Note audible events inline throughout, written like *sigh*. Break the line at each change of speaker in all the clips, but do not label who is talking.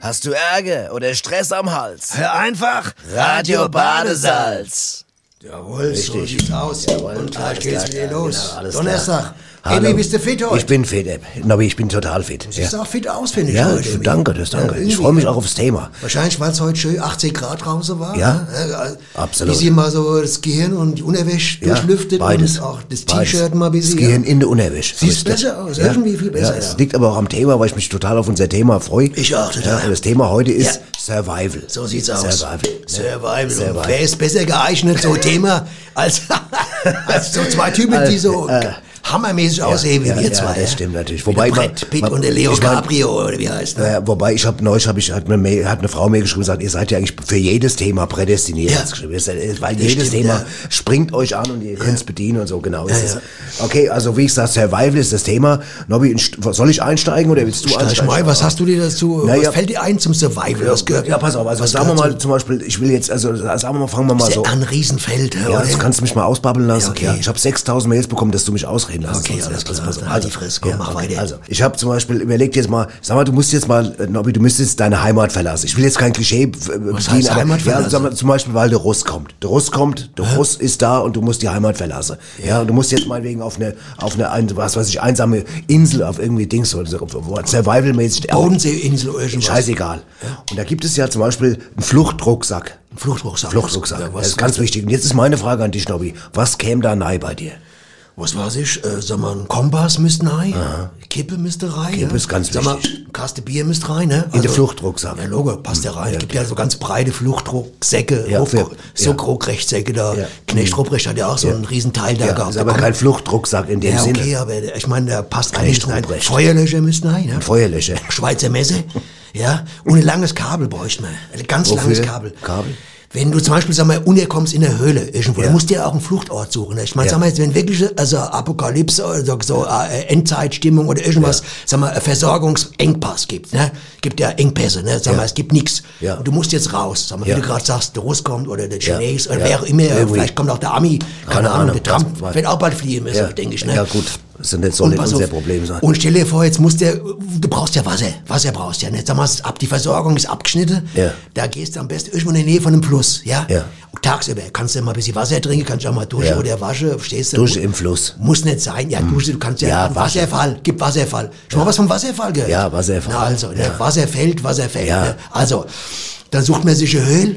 Hast du Ärger oder Stress am Hals?
Hör einfach
Radio Badesalz.
Jawohl, so
Richtig.
sieht's aus.
Jawohl,
und gleich
alles
geht's
klar,
wieder
klar,
los.
genau, alles
Donnerstag.
klar.
Emmy,
Hallo.
bist du fit heute?
Ich bin fit, äh, Nobby, ich bin total fit.
Du siehst
ja,
auch fit aus, finde ich.
ja
heute,
ich,
Emmy.
danke, das
Ja,
danke. ich
irgendwie.
freue mich auch aufs Thema.
Wahrscheinlich, weil es heute schön 18 Grad draußen war.
Ja,
ne?
absolut.
Wie sie mal so das Gehirn und die Unterwäsche
Ja,
durchlüftet
beides.
und auch das
Beides.
T-Shirt mal ein bisschen.
Das Gehirn in der Unerwisch.
Sieht besser aus, irgendwie viel besser,
Ja, es
ja.
liegt aber auch am Thema, weil ich mich total auf unser Thema freue.
Ich auch total.
Ja, und das Thema heute ist
Ja.
Survival.
So sieht's aus.
Survival. ne?
Survival. Und wer
Survival.
ist besser geeignet,
*laughs*
so ein Thema, als, als so zwei Typen, die so
Äh,
hammermäßig aussehen wie
ja,
wir
ja,
zwei.
das
ja?
stimmt natürlich.
Wie
Wobei
der
man-
Brad Pitt
man-
und der Leo
ich mein-
Cabrio, oder wie er heißt ne?
Naja, wobei ich habe neulich hab ich, hat, mir, Mail- hat eine Frau mir geschrieben und gesagt, ihr seid ja eigentlich für jedes Thema prädestiniert.
Ja.
hat's Geschrieben. Das ist, weil jedes
stimmt,
Thema
ja.
springt euch an und ihr könnt's bedienen und so, genau ist
ja.
es. Okay, also wie ich sage, Survival ist das Thema. Nobby, soll ich einsteigen oder willst du
Steig
einsteigen?
mal, was hast du dir dazu?
Naja.
was fällt dir ein zum Survival? Was gehört?
Ja, pass auf, also
was
sagen wir
gehört
mal zum Beispiel, ich will jetzt, also sagen wir mal, fangen wir mal
Ist
so.
ja ein Riesenfeld.
Ja,
oder?
das kannst du mich mal ausbabbeln lassen.
Ja, okay.
Ja, ich habe 6000 Mails bekommen, dass du mich ausreden lässt.
Okay,
Sonst-
alles klar,
pass auf.
dann halt die Fresse, komm, mach weiter.
Also, ich habe zum Beispiel überlegt jetzt mal, sag mal, du musst jetzt mal, äh, Nobby, du müsstest deine Heimat verlassen. Ich will jetzt kein Klischee Was
heißt Heimat
ja,
verlassen?
sag mal, zum Beispiel, weil der Russ kommt. Der Russ kommt, der Russ ist da und du musst die Heimat verlassen. Ja, und du musst jetzt meinetwegen auf eine, auf eine, ein- was weiß ich, einsame Insel, auf irgendwie Dings, oder so, wo- survivalmäßig.
Bodenseeinsel oder irgendwas.
Scheißegal. Und da gibt es ja zum Beispiel einen Fluchtrucksack.
Ein Fluchtrucksack.
Fluchtrucksack.
Ja,
das
was,
ist ganz wichtig. Und jetzt ist meine Frage an dich, Nobby. Was käme da nahe bei dir?
was weiß ich? Äh, sag mal, ein Kompass müsste rein. Kippe müsste rein.
Kippe
ne?
ist ganz
sag mal,
wichtig.
ein Kaste Bier müsste rein. Ne?
In den Fluchtrucksack.
Ja, Logo, passt ja rein. Es gibt ja so ganz breite Fluchtrucksäcke.
Ja,
Ja,
für-
so
ja.
Krogrechtsäcke da.
Ja. Mhm.
Knecht Ruprecht hat ja auch so einen riesen Teil da
Ja,
gehabt.
ist
Da
aber
kommt-
kein Fluchtrucksack in dem
ja,
Sinne.
okay, aber ich meine, da passt eigentlich drum.
Ruprecht.
Feuerlöcher müssten rein. Ne?
Ein Feuerlöcher.
Schweizer Messe, ja, und ein langes Kabel bräuchte man. Ein ganz
Wofür?
langes Kabel.
Kabel?
Wenn du zum Beispiel, sag mal, unterkommst in der Höhle irgendwo,
Ja.
dann musst du ja auch einen Fluchtort suchen. ne? Ich meine,
Ja.
sag mal, jetzt, wenn wirklich, also Apokalypse oder so, so äh, Endzeitstimmung oder irgendwas, sag mal, Versorgungsengpass gibt, ne? Gibt ja Engpässe, ne? Sag mal, es gibt nichts.
Ja.
Du musst jetzt raus, sag mal,
Ja.
wie du gerade sagst, der Russ kommt oder der Chines oder
Ja.
wer auch immer,
Irgendwie.
vielleicht kommt auch der Ami, keine,
Keine
Ahnung, der
Ahnung, ganz
Trump
weit.
wird auch bald fliehen müssen, denke ich, ne?
ja gut. Das sind jetzt soll nicht
pass
unser
auf.
Problem sein.
Und stell dir vor, jetzt musst du, du brauchst ja Wasser. Wasser brauchst du ja. Jetzt damals ab, die Versorgung ist abgeschnitten.
Ja.
Da gehst du am besten irgendwo in die Nähe von einem Fluss, ja?
Ja.
Und tagsüber kannst du mal ein bisschen Wasser trinken, kannst du auch mal duschen
Ja.
oder waschen, stehst du.
Dusche im Fluss.
Muss nicht sein. Ja, Dusche, du kannst ja,
Ja,
einen
waschen.
Wasserfall, gib Wasserfall. Schon mal was vom Wasserfall gehört?
Ja, Wasserfall.
Na also, ne?
Ja.
Wasserfeld, Wasserfeld.
Ja.
Ne? Also, dann sucht man sich eine Höhle.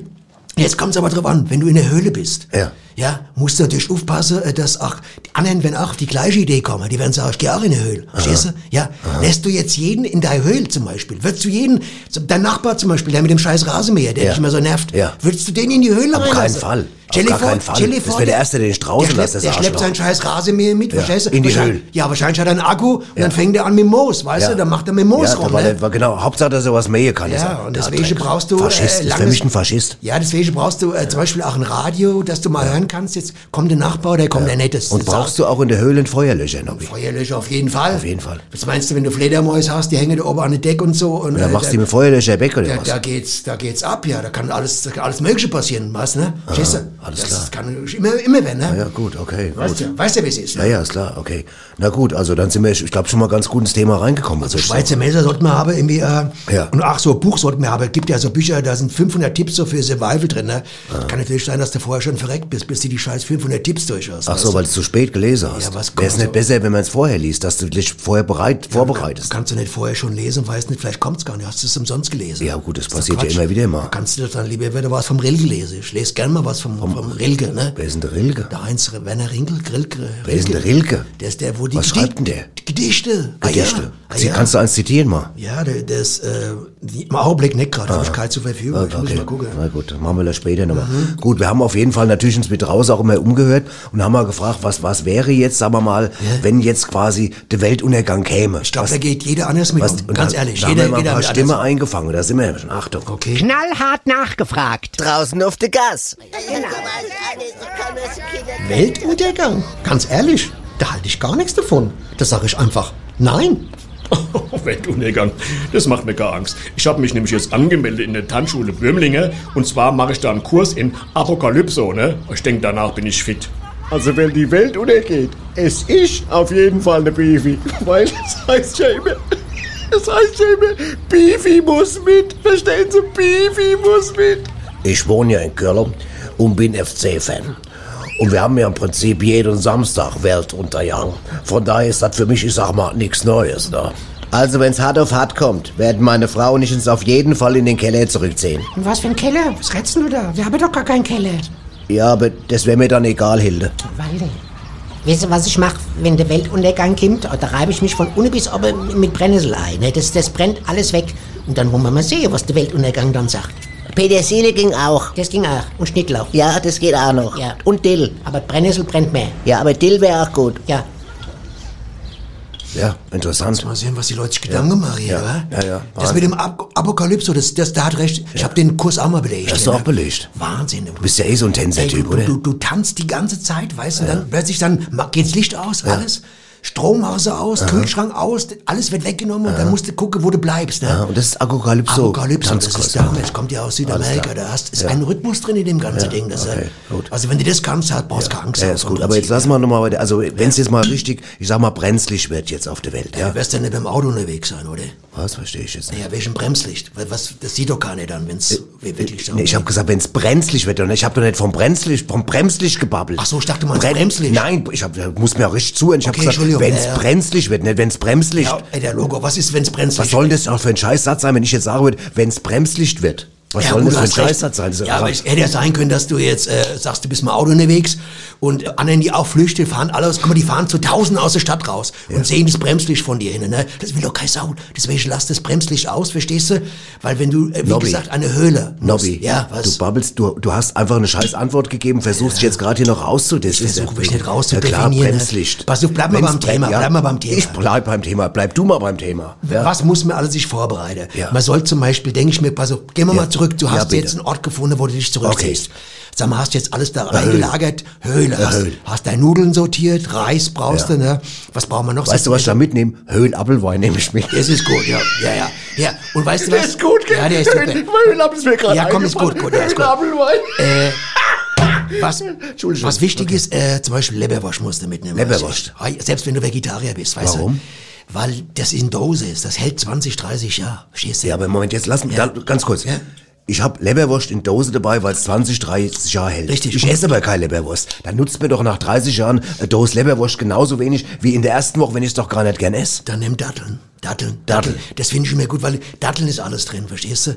Jetzt kommt es aber drauf an, wenn du in der Höhle bist.
Ja.
Ja, musst du natürlich aufpassen, äh, dass auch die anderen, wenn auch auf die gleiche Idee kommen, die werden sagen, ich gehe auch in die Höhle. Verstehst du? Ja. Lässt du jetzt jeden in deine Höhle zum Beispiel? Würdest du jeden, so dein Nachbar zum Beispiel, der mit dem scheiß Rasenmäher, der
Ja.
dich immer so nervt,
Ja.
würdest du den in die Höhle
Auf
reinlassen?
keinen Fall. Auf
Stell dir
gar
vor-
keinen Fall.
stell dir
Das
vor,
wäre der
der-
Erste, den ich draußen
der
lasse,
schleppt-
das
Der schleppt
Arschloch.
seinen scheiß Rasenmäher mit,
Ja.
verstehst du?
In die
Wahrscheinlich-
Höhle.
Ja, wahrscheinlich hat er einen Akku und dann fängt er an mit dem Moos, weißt du? Dann macht er mit dem Moos
ja,
rum.
weil
ne?
er- weil genau, Hauptsache, dass er was mähen kann. ist
Ja,
er.
und
Das
deswegen
Dreck.
brauchst du, äh,
Faschist, ist für
langes-
mich ein Faschist.
Ja, deswegen brauchst du äh, zum Beispiel auch ein Radio, dass du mal hören kannst, jetzt kommt der Nachbar, der kommt der Nettes.
Und brauchst du auch in der Höhle ein Feuerlöcher, Nobby.
Feuerlöcher auf jeden Fall. Auf
jeden Fall.
Was meinst du, wenn du Fledermäuse hast, die hängen da oben an der Deck und so? Und,
Da
äh,
machst du
da,
die mit Feuerlöcher weg oder
da,
was?
da geht's, da geht's ab, ja. Da kann alles, da kann alles Mögliche passieren, weißt du, ne? Verstehst du?
Ah, alles
das
klar. Ah,
kann immer, immer werden, ne?
Ja, gut, okay.
weißt,
Gut.
du, weißt du, wie es ist?
Ja,
Ne?
ja, ist klar, okay. Na gut, also dann sind wir, ich glaube, schon mal ganz gut ins Thema reingekommen.
Also
würde ich
Schweizer Messer sollten wir haben, irgendwie, äh,
Ja.
und ach so, ein Buch sollten wir haben. Es gibt ja so Bücher, da sind 500 Tipps so für Survival drin, ne?
Ah.
Kann natürlich sein, dass du vorher schon verreckt bist, bis du die scheiß 500 Tipps durch hast.
Ach
weißt
so,
du?
weil du es zu spät gelesen hast.
was
Wäre es
kommt
nicht
so?
besser, wenn man es vorher liest, dass du dich vorher bereit, vorbereitest?
Kannst du nicht vorher schon lesen, weißt nicht, vielleicht kommt's gar nicht, hast du es umsonst gelesen.
Ja gut, das
doch
passiert ja
Quatsch.
immer wieder mal.
Da kannst du doch dann lieber wieder was vom Rilke lesen. Ich lese gerne mal was vom, vom, Rilke, ne?
Wer ist denn der Rilke?
Der Heinz Werner Rinkel, Rilke.
Wer ist denn der Rilke?
Der ist der, wo die
Was
Gedi-
schreibt denn der?
die Gedichte. Ah,
Gedichte.
Ah,
Sie- Kannst du eins zitieren mal?
Ja, der, der ist äh, die, im Augenblick nicht gerade, habe
Ah.
ich keine zur Verfügung. Ich muss mal gucken. Mhm.
Na gut, dann machen wir das später nochmal. Gut, wir haben auf jeden Fall natürlich uns mit raus auch immer umgehört und haben mal gefragt, was, was wäre jetzt, sagen wir mal, wenn jetzt quasi der Weltuntergang käme?
Ich glaube, da geht jeder anders mit
Was-
um.
und
Ganz
da,
ehrlich,
da
jeder
haben wir mal
geht
ein paar
damit
Stimme
anders
eingefangen, da sind wir ja schon. Achtung.
um. Okay.
Knallhart nachgefragt.
Draußen auf der Gas.
Weltuntergang? Ganz ehrlich, da halte ich gar nichts davon. Da sage ich einfach, nein.
Weltuntergang, das macht mir gar Angst. Ich habe mich nämlich jetzt angemeldet in der Tanzschule Böhmlinge und zwar mache ich da einen Kurs in Apokalypso, ne? Ich denke, danach bin ich fit.
Also wenn die Welt untergeht, es ist auf jeden Fall eine Beefy, weil das heißt ja immer, Das heißt ja immer, Beefy muss mit. Verstehen Sie, Beefy muss mit.
Ich wohne ja in Köln und bin FC-Fan. Und wir haben ja im Prinzip jeden Samstag Weltuntergang. Von daher ist das für mich, ich sag mal, nichts Neues. Ne? Also, wenn's hart auf hart kommt, werden meine Frau und ich uns auf jeden Fall in den Keller zurückziehen.
Und was für ein Keller? Was redst du da? Wir haben doch gar keinen Keller.
Ja, aber das wäre mir dann egal, Hilde.
Walde. Weißt du, was ich mache, wenn der Weltuntergang kommt? Ah, Da reibe ich mich von unten bis oben mit Brennnessel ein. Ne? Das, das brennt alles weg. Und dann wollen wir mal sehen, was der Weltuntergang dann sagt.
Petersilie ging auch.
Das ging auch. Und Schnittlauch.
Ja, das geht auch noch.
Ja.
Und Dill.
Aber Brennnessel brennt mehr.
Ja, aber Dill wäre auch gut.
Ja.
Ja, interessant.
Mal sehen, was die Leute sich Gedanken machen hier,
Ja.
wa?
Ja, ja.
Das mit dem Ap Apokalypse, das, das, der hat recht. Ich habe den Kurs auch mal belegt. ne?
Hast du auch belegt?
Wahnsinn. Du
Du bist ja eh so ein Tänzer-Typ,
du,
oder?
du, du tanzt die ganze Zeit, weißt du, dann plötzlich dann ma- geht's Licht aus, alles. Stromhause aus, Kühlschrank aus, alles wird weggenommen und dann musst du gucken, wo du bleibst. Ne?
Ja, Ah, und das ist Apokalypse.
Apokalypse, das
Tanzkurs.
ist damals, kommt ja aus Südamerika,
klar.
da hast, ist
Ja.
ein Rhythmus drin in dem ganzen
Ja,
Ding. Das,
okay,
äh,
gut.
Also wenn du das kannst, halt brauchst du keine Angst.
Ja,
haben
ist
vom
gut. Aber jetzt
Prinzip.
lassen wir nochmal weiter. Also, wenn es jetzt mal richtig, ich sag mal, brenzlig wird jetzt auf der Welt, ja?
Du wirst ja nicht beim Auto unterwegs sein, oder?
Was verstehe ich jetzt nicht? Äh,
Ja, welchen Bremslicht? Weil Was, das sieht doch keiner dann, wenn's wirklich dann
Nee, ich habe gesagt, wenn es brenzlig wird, und ich habe doch nicht vom brenzlig, vom bremslich gebabbelt.
Ach so, ich dachte, du meinst bremslich.
Nein, ich hab, ich muss mir auch richtig zuhören. Ich habe
Okay,
gesagt,
Entschuldigung,
wenn es
ja, ja.
brenzlig wird, nicht wenn es bremslich.
ja, ey, der Logo, was ist, wenn's bremslicht
Was soll denn das auch für ein Scheißsatz sein, wenn ich jetzt sagen würde, wenn es bremslicht wird? Was
Ja,
soll denn
gut,
das für ein
hast recht.
Scheißsatz sein? Das ist
Ja, aber
einfach-
es hätte ja sein können, dass du jetzt äh, sagst, du bist mal Auto unterwegs und äh, anderen, die auch flüchten, fahren alle aus, guck mal, die fahren zu Tausenden aus der Stadt raus und sehen das Bremslicht von dir hin. Ne? Das will doch kein Sau. Deswegen lass das Bremslicht aus, verstehst du? Weil wenn du, äh, wie
Nobby.
gesagt, eine Höhle musst-
Nobby,
Ja,
du
was?
babbelst, du, du hast einfach eine scheiß Antwort gegeben, versuchst dich jetzt gerade hier noch auszudessen. Ich
versuche mich nicht
Ja klar,
rauszudefinieren, ne?
Bremslicht.
Pass auf, bleib mal
Wenn's
beim
brem-
Thema, bleib mal beim Thema.
Ich bleib beim Thema, bleib du mal beim Thema. Ja.
Was muss man alles sich vorbereiten?
Ja.
Man soll zum Beispiel, denke ich mir, pass auf, gehen wir
Ja.
mal zurück. Du
Ja,
hast
bitte.
jetzt einen Ort gefunden, wo du dich zurückziehst.
Okay.
Sag mal, hast du jetzt alles da
Höhle.
reingelagert? Höhle. Hast,
Höhle.
hast deine Nudeln sortiert, Reis brauchst
Ja.
du, ne? Was brauchen wir noch?
Weißt du, was ich da mitnehme? Höhenapfelwein nehme ich mit.
Das ist gut, ja. Ja, ja. ja. Und weißt du was?
Der ist gut, gell?
Ja, der ist super.
Höhenapfel ist mir gerade
Ja, komm, ist gut, gut, ja, ist gut.
Höhenapfelwein.
Was, was wichtig ist, äh, zum Beispiel Leberwurst musst du mitnehmen.
Leberwurst.
Weißt du? Selbst wenn du Vegetarier bist, weißt
Warum?
du? Weil das in Dose ist. Das hält 20, 30 Jahre. Verstehst du?
Ja, aber Moment, jetzt lass mich da- ganz kurz.
Ja.
Ich hab Leberwurst in Dose dabei, weil es 20, 30 Jahre hält.
Richtig.
Ich esse aber keine Leberwurst. Dann nutzt mir doch nach 30 Jahren eine Dose Leberwurst genauso wenig wie in der ersten Woche, wenn ich es doch gar nicht gern esse.
Dann nimm Datteln. Datteln. Datteln. Das finde ich immer gut, weil Datteln ist alles drin, verstehst du?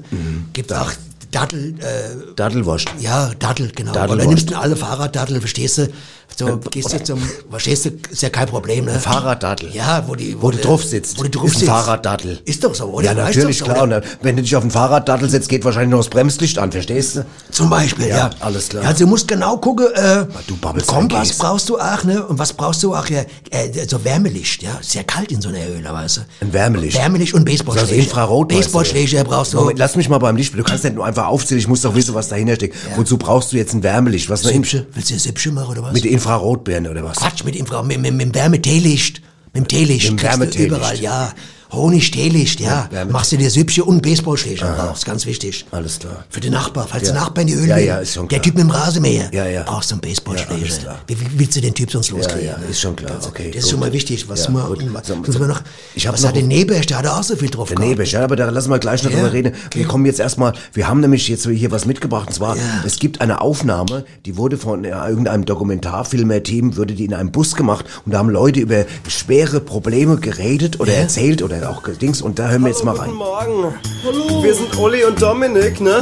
Gibt auch Dattel, äh,
Mhm. Dattelwurst.
ja, Dattel, genau.
Dattelwurst. Äh,
Oder nimmst du alle Fahrraddattel, verstehst du? So, gehst du
*laughs*
zum, verstehst du, ist ja kein Problem, ne?
Fahrraddattel.
Ja, wo die,
Wo du drauf sitzt,
Wo du drauf
ist ein
sitzt.
Fahrraddattel.
Ist doch so, oder?
Ja,
Weißt
natürlich,
du doch so,
klar. Und
oder?
dann, wenn du dich auf dem Fahrraddattel setzt, geht wahrscheinlich noch das Bremslicht an, verstehst du?
Zum Beispiel, ja.
Ja, alles klar.
Ja, also du musst genau gucken, äh,
du babbelst ein
Kompass
Käse.
brauchst du auch, ne? Und was brauchst du auch, ja, äh, so Wärmelicht, ja? Ist ja kalt in so einer Höhle, weißt du?
Ein Wärmelicht.
Wärmelicht und Baseballschläger.
Also Infrarot, weißt du,
Baseballschläger brauchst du.
Moment, lass mich mal beim Licht. Du kannst nicht nur einfach aufzählen. Ich muss doch wissen, was dahinter steckt. Wozu brauchst du jetzt ein Wärmelicht? Was mit
Sipsche? Willst du eine Sipsche machen oder was?
der Infrarotbirne oder was?
Quatsch, mit, Infra mit, mit, mit dem Wärmeteelicht. Mit dem Teelicht.
Mit dem
kriegst du
Wärmeteelicht.
Überall, ja. Honig, Teelicht, ja.
Wärmete-
Machst du dir Süppchen und Baseballschläger brauchst, ganz wichtig.
Alles klar.
Für den Nachbar, falls
Ja.
der Nachbar in die Höhle
Ja,
will.
ja, ist schon
Der
klar.
Typ mit dem Rasenmäher.
Ja, ja.
Brauchst du einen
Ja, alles
Baseballschläger.
klar.
wie, wie willst du den Typ sonst loskriegen?
ja,
ne?
ist schon klar.
Ganz-
Okay,
Das ist
gut.
schon mal wichtig. Was
Ja,
mal,
gut.
was,
So,
was, wir noch,
ich hab
was
noch-
hat der Nebesch? Der hat auch so viel drauf
Der
gehabt.
Nebel, ja, aber da lassen wir gleich noch
Ja,
drüber reden. Wir
okay.
kommen jetzt erstmal, wir haben nämlich jetzt hier was mitgebracht, und zwar,
Ja.
es gibt eine Aufnahme, die wurde von äh, irgendeinem Dokumentarfilmer-Team, würde die in einem Bus gemacht, und da haben Leute über schwere Probleme geredet oder
Ja. Oh.
erzählt oder auch ge- Dings, und da hören wir jetzt mal rein.
Guten Morgen. Wir sind Uli und Dominik, ne?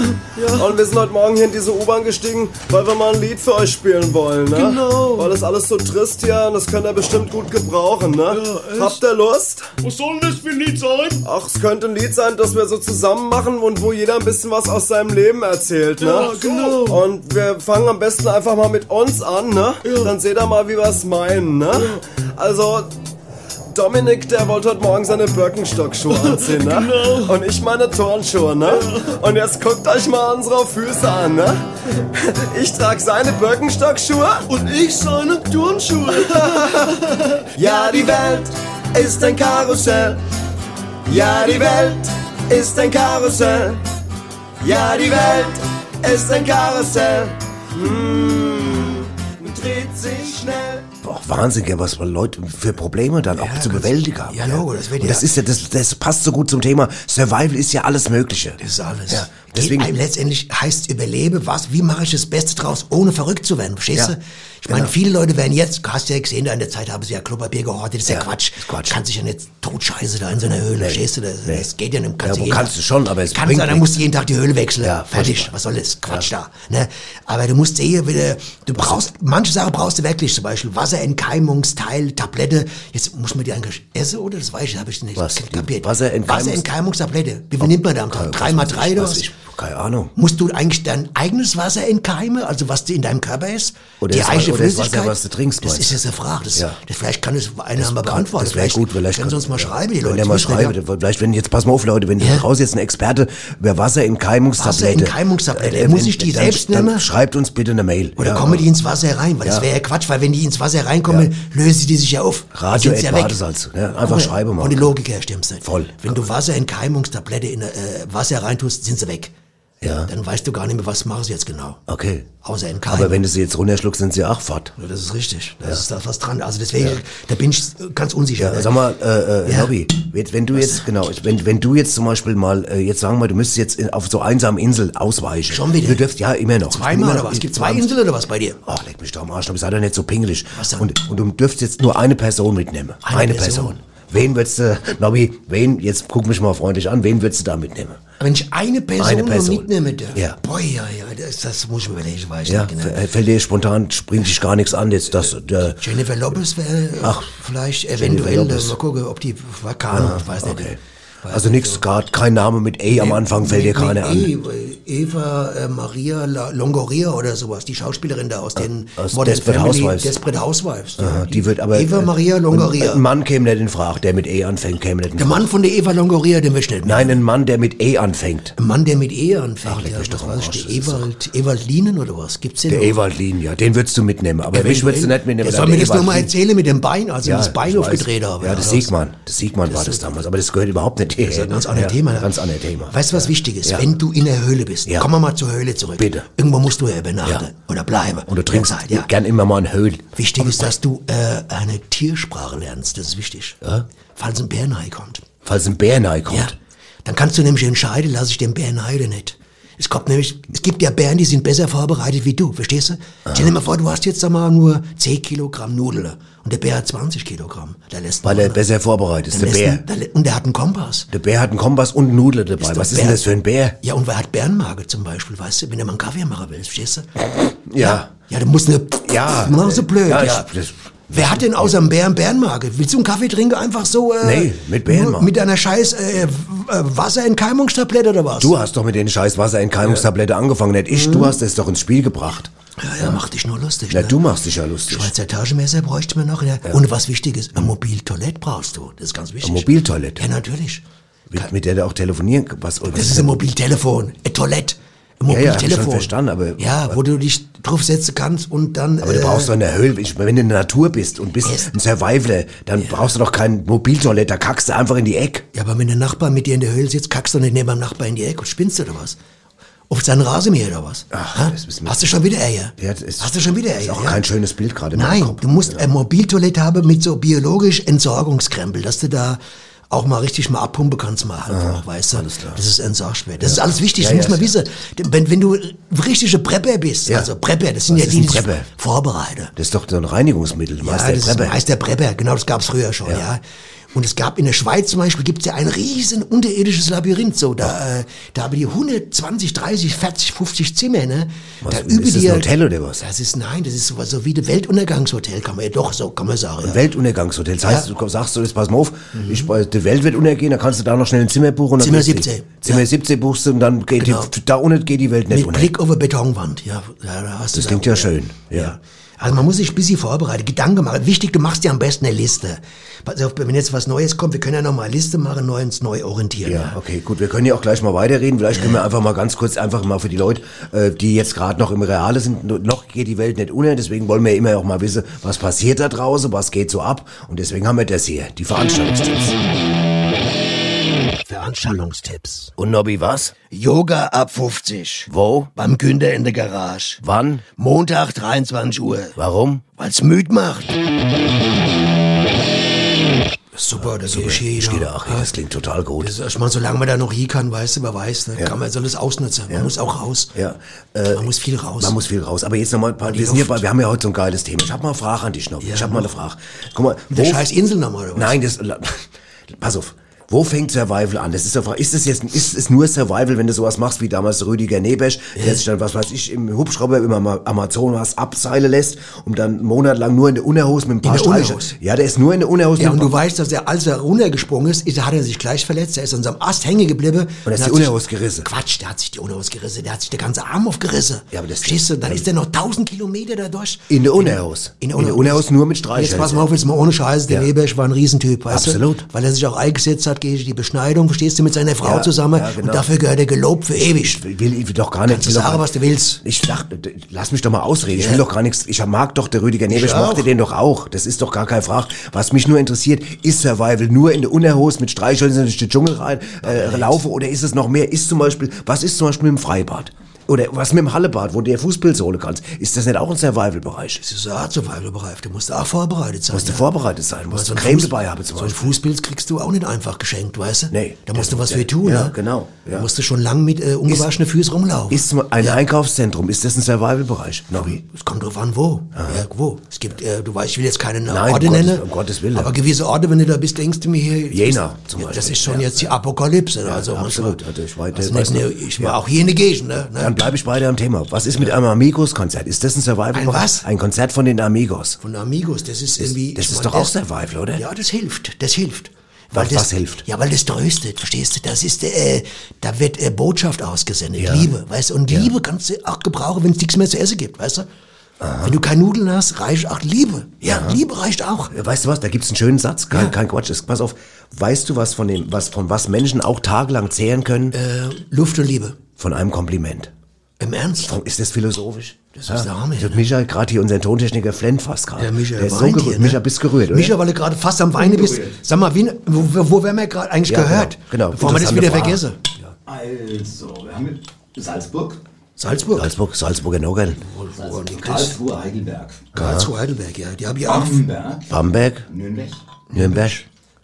Und wir sind heute Morgen hier in diese U-Bahn gestiegen, weil wir mal ein Lied für euch spielen wollen, ne?
Genau.
Weil das alles so trist hier und das könnt ihr bestimmt gut gebrauchen, ne? Habt ihr Lust?
Was soll das für ein Lied sein?
Ach, es könnte ein Lied sein, das wir so zusammen machen und wo jeder ein bisschen was aus seinem Leben erzählt, ne?
Ja, genau.
Und wir fangen am besten einfach mal mit uns an, ne? Dann seht ihr mal, wie wir es meinen, ne? Also, Dominik, der wollte heute Morgen
*laughs*
seine Birkenstock-Schuhe anziehen, ne?
Genau.
Und ich meine Turnschuhe, ne? Und jetzt guckt euch mal unsere Füße an, ne? Ich trage seine Birkenstock-Schuhe.
Und ich seine
*laughs*
Turnschuhe.
Ja, die Welt ist ein Karussell. Ja, die Welt ist ein Karussell. Ja, die Welt ist ein Karussell. Mm, Hm, dreht sich schnell.
Boah, Wahnsinn, gell, was man Leute für Probleme dann auch zu bewältigen haben.
ja,
gell.
Logo, das wird
Und das
ja-
ist ja, das, das passt so gut zum Thema. Survival ist ja alles Mögliche.
Das ist alles.
Ja,
Deswegen
deswegen-
einem letztendlich heißt überlebe, was, wie mache ich das Beste draus, ohne verrückt zu werden, verstehst
Ja,
du? Ich meine,
genau.
viele Leute werden jetzt, hast du ja gesehen, da in der Zeit haben sie ja Klopapier gehortet, das ist ja,
Ja,
Quatsch.
ist Quatsch.
Kann sich ja nicht totscheiße da in so einer Höhle, verstehst du? Das, das geht ja nicht.
Ja, wo
jeden
kannst
Tag-
du schon, aber es
kannst
bringt
du, dann
nichts.
musst du jeden Tag die Höhle wechseln.
Ja,
Fertig,
furchtbar.
was soll das? Quatsch da. Ne? Aber du musst sehen, wieder, du brauchst, manche Sachen brauchst du wirklich, zum Beispiel Wasserentkeimungsteil, Tablette. Jetzt muss man die eigentlich essen, oder? Das weiß ich, habe ich nicht
Was? Die
kapiert.
Wasserentkeimung-
Wasserentkeimungstablette. Wie viel nimmt man da am Tag? Drei mal drei oder
was?
was?
Ich, keine Ahnung.
Musst du eigentlich dein eigenes Wasser entkeimen, also was dir in deinem Körper ist?
Oder
die
das-
eigene
oder das Wasser,
Flüssigkeit?
was du trinkst,
Das
meinst
ist
du?
jetzt eine Frage. Das,
Ja.
das, vielleicht kann es einer mal
kann-
beantworten.
Das wäre gut, vielleicht
können sie uns mal schreiben, die
Wenn
Leute.
der mal
Das wissen wir ja.
schreiben, vielleicht wenn jetzt pass mal auf Leute, wenn
Ja.
du raus jetzt ein Experte über Wasser in Keimungstablette.
Wasserentkeimungstablette.
äh,
Muss
wenn-
ich die
dann-
selbst
dann
nehmen?
Schreibt uns bitte eine Mail.
Oder
Ja,
kommen die ins Wasser rein? Weil das
Ja.
wäre ja Quatsch, weil wenn die ins Wasser reinkommen, lösen die sich ja auf.
Radio
Sind sie
at
weg.
Badesalz, ne? Einfach
Guck mal,
schreibe mal.
Von der Logik her stimmt's nicht.
Voll.
Wenn du Wasserentkeimungstablette in äh, Wasser reintust, sind sie weg.
Ja.
Dann weißt du gar nicht mehr, was machst du jetzt genau.
Okay.
Außer entkeimen.
Aber wenn du sie jetzt runterschluckst, sind sie auch fort.
Ja, Das ist richtig. Das ist da was dran. Also deswegen, da bin ich ganz unsicher. ne?
Ja, sag mal, äh, äh,
Ja.
Nobby, wenn wenn du jetzt, genau, wenn, wenn du jetzt zum Beispiel mal, äh, jetzt sagen wir, du müsstest jetzt in, auf so einsamen Insel ausweichen.
Schon wieder?
Du dürfst, ja, immer noch. Ich bin immer
Zweimal
noch-
oder was?
ich-
Gibt zwei Inseln oder was bei dir?
Ach, leck mich doch am Arsch, aber sei doch nicht so pingelig.
Was denn?
Und, und du dürftest jetzt nur eine Person mitnehmen.
Eine
Eine,
Person.
Person. Wen würdest du, Nobby, wen, jetzt guck mich mal freundlich an, wen würdest du da mitnehmen?
Wenn ich eine Person,
Eine Person.
nur mitnehme, dürfte.
Ja.
Boah, ja, ja, das, das muss ich mir überlegen, weiß ich
Ja, äh,
nicht genau.
f- fällt dir spontan, springt dich gar nichts an jetzt, das, der,
Jennifer Lopez wäre äh,
Ach,
vielleicht eventuell,
Lopez. Ah,
äh, mal gucken, ob die war kann, ich weiß nicht. Äh,
okay. Also nichts, gar kein Name mit E am Anfang fällt dir
Mit- mit
keiner an.
E- Eva äh, Maria La- Longoria oder sowas, die Schauspielerin da aus den
Ah, aus Desperate Housewives.
Desperate Housewives.
Aha, die wird aber.
E? Eva
äh,
Maria Longoria.
Ein Mann käme nicht in Frage, der mit E anfängt, käme nicht in
der
Frage.
Mann von der Eva Longoria, den wir schnell
Nein, ein Mann, der mit E anfängt.
Ein Mann, der mit E anfängt. ja,
mich doch
was weiß
am
ich,
Arsch,
der
das ist
Ewald, Ewald Lienen oder was? Gibt's den
Der
noch?
Ewald Lien, ja, den würdest du mitnehmen. Aber mich würdest du nicht mitnehmen.
Der
aber
soll
der
mir das
Ewald
nochmal
Lien-
erzählen mit dem Bein, als ich Also das Bein
ich weiß.
aufgedreht habe.
Ja, das
oder was?
Siegmann. Das Siegmann war das damals. Aber das gehört überhaupt nicht hierher.
Das ist ein ganz anderes Thema. ne?
Ganz anderes Thema.
Weißt du, was wichtig ist?
Ja.
Wenn du in der Höhle bist,
Ja.
kommen wir mal zur Höhle zurück.
Bitte.
Irgendwo musst du ja übernachten
Ja.
oder bleiben.
Und du trinkst
Zeit, ja.
gern immer mal einen Höhl.
Wichtig ist, dass du äh, eine Tiersprache lernst. Das ist wichtig. Falls ein Bär nahe kommt.
Falls ein Bär nahe
Ja.
kommt.
Dann kannst du nämlich entscheiden, lasse ich den Bären heil oder nicht. Es kommt nämlich, es gibt ja Bären, die sind besser vorbereitet wie du, verstehst du? Stell dir mal vor, du hast jetzt sag mal nur 10 Kilogramm Nudeln und der Bär hat 20 Kilogramm. Der lässt
Weil er
einen-
besser vorbereitet ist.
der
Der
lässt
Bär.
einen- der lä- und der hat einen Kompass.
Der Bär hat einen Kompass und einen Nudler dabei.
doch
Was ist
Bär.
denn das für ein Bär?
Ja, und wer hat Bärenmarke zum Beispiel, weißt du, wenn er mal einen Kaffee machen will, verstehst du?
Ja.
Ja, der muss eine.
Ja.
Mach so blöd, ja.
Ah, Ja, ich- das-
Wer hat denn außer dem Bären Bärenmarke? Willst du einen Kaffee trinken einfach so? Äh,
Nee, mit Bärenmarke.
nur Mit einer scheiß äh, w- äh, Wasserentkeimungstablette oder was?
Du hast doch mit den scheiß Wasserentkeimungstablette angefangen, nicht ich. Du hast es doch ins Spiel gebracht.
Mhm. Ja, ja, mach dich nur lustig.
Na,
ne?
du machst dich ja lustig.
Schweizer Taschenmesser bräuchte man noch. Ja. Und was wichtig ist, ein Mobiltoilette brauchst du. Das ist ganz wichtig.
Eine Mobiltoilette.
Ja, natürlich.
Mit, mit der du auch telefonieren was, was
Das ist ein Mobiltelefon. Ein Toilette. Ein
Ja, ja, hab ich
Mobiltelefon.
schon verstanden, aber-
ja, wo du dich draufsetzen kannst und dann. äh,
Aber du brauchst doch in der Höhle, ich meine, wenn du in der Natur bist und bist
Yes.
ein Survivaler, dann brauchst du doch kein Mobiltoilette, da kackst du einfach in die Ecke.
Ja, aber wenn der Nachbar mit dir in der Höhle sitzt, kackst du nicht neben dem Nachbar in die Ecke und spinnst du oder was? Auf seinen Rasenmäher oder was?
Ach,
Ha?
das ist mir-
Hast du schon wieder Eier?
Ja, das ist-
Hast du schon wieder Eier?
Das ist auch
ja?
kein schönes Bild gerade in meinem
Nein,
Kopf.
du musst eine Mobiltoilette haben mit so biologisch Entsorgungskrempel, dass du da auch mal richtig mal abpumpen kannst, mal halt, weißt du? Das ist entsorgschwer. Das ist alles wichtig, das
Ja,
muss
ja,
man wissen. Wenn, wenn du richtige Prepper bist,
Ja.
also Prepper, das sind
Was
ja
ist
die,
ein
die sich
Prepper?
vorbereiten.
Das ist doch so ein Reinigungsmittel,
Ja,
Meister
das
Prepper.
ist heißt der Prepper, genau, das gab's früher schon, ja. Und es gab in der Schweiz zum Beispiel, gibt's ja ein riesen unterirdisches Labyrinth, so, da, äh, da haben die 120, 30, 40, 50 Zimmer, ne? da halt
ist das ein Hotel oder was?
Das ist, nein, das ist sowas so wie ein Weltuntergangshotel, kann man ja doch so, kann man sagen, ja.
Weltuntergangshotel. Das heißt,
Ja. Mhm.
du komm- sagst du, jetzt pass mal auf, ich, weiß, die Welt wird untergehen, dann kannst du da noch schnell ein Zimmer buchen. Und dann
Zimmer
gehst du-
17,
Zimmer
ja.
17 buchst du und dann geht
Genau.
die, da unten geht die Welt nicht
Mit
unter.
Blick auf eine Betonwand, ja. ja da hast du
Das klingt ja schön, ja.
Also man muss sich ein bisschen vorbereiten, Gedanken machen. Wichtig, du machst dir am besten eine Liste. Pass auf, wenn jetzt was Neues kommt, wir können ja nochmal eine Liste machen, neu uns neu orientieren.
Ja, okay, gut. Wir können ja auch gleich mal weiterreden. Vielleicht können wir einfach mal ganz kurz einfach mal für die Leute, äh, die jetzt gerade noch im Reale sind, no- noch geht die Welt nicht unter. Deswegen wollen wir immer auch mal wissen, was passiert da draußen, was geht so ab. Und deswegen haben wir das hier, die Veranstaltungstipps.
Veranstaltungstipps.
Und Nobby was?
Yoga ab 50.
Wo?
Beim Günder in der Garage.
Wann?
Montag 23 Uhr.
Warum?
Weil's müd macht.
Super, das okay. geht
Ich gehe da auch hin. Das klingt total gut.
Das, ich meine, solange man da noch hier kann, weißt du, wer weiß, ne, kann man so das ausnutzen. Man muss auch raus.
Ja, Äh,
man muss viel raus.
Man muss viel raus. Aber jetzt nochmal ein paar. Wir, sind hier bei, wir haben ja heute so ein geiles Thema. Ich habe mal eine Frage an dich, Nobby. ich habe mal eine Frage. Guck mal.
der
wo-
scheiß Insel nochmal, oder was?
Nein, das. la- Pass auf. Wo fängt Survival an? Das ist, eine Frage. ist es jetzt ist es nur Survival, wenn du sowas machst wie damals Rüdiger Nebesch, der sich dann was weiß ich im Hubschrauber im Ama- Amazonas abseilen lässt und dann monatelang nur in der Unterhose mit ein paar
der
Streiche-
Unterhose?
Ja, der ist nur in der Unterhose
Ja,
mit
und
ein
du
paar-
weißt, dass er, als er runtergesprungen ist, ist, hat er sich gleich verletzt. Er ist an seinem Ast hängen geblieben. Und
da ist die
hat
Unterhose
sich-
gerissen.
Quatsch, der hat sich die Unterhose gerissen. Der hat sich der ganze Arm aufgerissen.
Ja, aber das-
Verstehst du, dann ist er noch 1000 Kilometer dadurch.
in der Unterhose.
In der
Unterhose nur mit Streichhölzern.
Jetzt pass mal auf, jetzt mal ohne Scheiße, der
Ja.
Nebesch war ein Riesentyp, weißt
Absolut.
du? Weil er sich auch eingesetzt hat gegen die Beschneidung, verstehst du, mit seiner Frau
Ja,
zusammen.
ja, genau.
Und dafür gehört er gelobt für ewig.
Ich will, ich will doch gar nicht.
Kannst du
ich will doch
sagen,
gar-
was du willst.
Ich dachte, d- lass mich doch mal ausreden. Ich will doch gar nichts. Ich mag doch der Rüdiger Nebesch,
auch.
mochte den doch auch. Das ist doch gar keine Frage. Was mich nur interessiert, ist Survival nur in der Unterhose mit Streichhölzern durch den Dschungel rein äh, laufe oder ist es noch mehr? Ist zum Beispiel, was ist zum Beispiel mit dem Freibad? Oder was mit dem Hallebad, wo du dir Fußpilz holen kannst? Ist das nicht auch ein Survival-Bereich?
Das ist eine Art Survival-Bereich, du musst auch vorbereitet sein.
Musst du
ja.
vorbereitet sein, musst
so
du
ein
Creme
Fuß-
dabei haben zum
So ein
Beispiel.
Fußpilz kriegst du auch nicht einfach geschenkt, weißt du?
Nee.
Da musst
Das-
du was
ja,
für tun,
ja,
ne?
genau, ja.
Da musst du schon lang mit äh, ungewaschenen Füßen rumlaufen.
Ist zum- ein Einkaufszentrum, ist das ein Survival-Bereich, Nobby?
es kommt drauf an, wo. Ja, wo. Es gibt, äh, du weißt, ich will jetzt keine
Nein,
Orte
um Gottes-
nennen.
um Gottes Willen.
Aber gewisse Orte, wenn du da bist, denkst du mir hier.
Jena zum
Ja, Das
Beispiel.
ist schon jetzt die Apokalypse. also
absolut.
manchmal-
Also ich war-
also nicht, nur- ich war auch hier in der Gegend, ne? ne?
Dann bleibe ich beide am Thema. Was ist mit einem Amigos-Konzert? Ist das ein Survival?
Ein was?
Ein Konzert von den Amigos.
Von Amigos, das ist irgendwie.
das
ich
ist
mein,
doch auch Survival, oder?
Ja, das hilft, das hilft.
Was- was hilft?
Ja, weil das tröstet, verstehst du? Das ist, äh, da wird äh, Botschaft ausgesendet, Liebe, weißt du? Und Liebe kannst du auch gebrauchen, wenn es nichts mehr zu essen gibt, weißt du? Wenn du keine Nudeln hast, reicht auch Liebe. Ja, Liebe reicht auch.
Weißt du was? Da gibt's einen schönen Satz. Kein, kein Quatsch. Ist, pass auf. Weißt du was von dem, was von was Menschen auch tagelang zehren können?
Äh, Luft und Liebe.
Von einem Kompliment.
Im Ernst?
Ist das philosophisch? Das
ist der Hammer,
Ich hab Micha gerade hier unseren Tontechniker flennt fast gerade.
Der Micha
der ist so
weint
gerührt.
hier, ne?
Micha, bist gerührt, oder?
Micha, weil du gerade fast am Weinen bist. Sag mal, wen, wo, wo, wo werden wir gerade eigentlich
Ja,
gehört?
genau, genau.
Bevor wir das
Interessante
wieder
Frage.
vergessen.
Also, wir haben mit Salzburg,
Salzburg.
Salzburg, Salzburger Noggeln.
Karlsruhe, Heidelberg,
Karlsruhe, Heidelberg, ja. Die habe ich auch.
Bamberg,
Bamberg,
Nürnberg,
Nürnberg.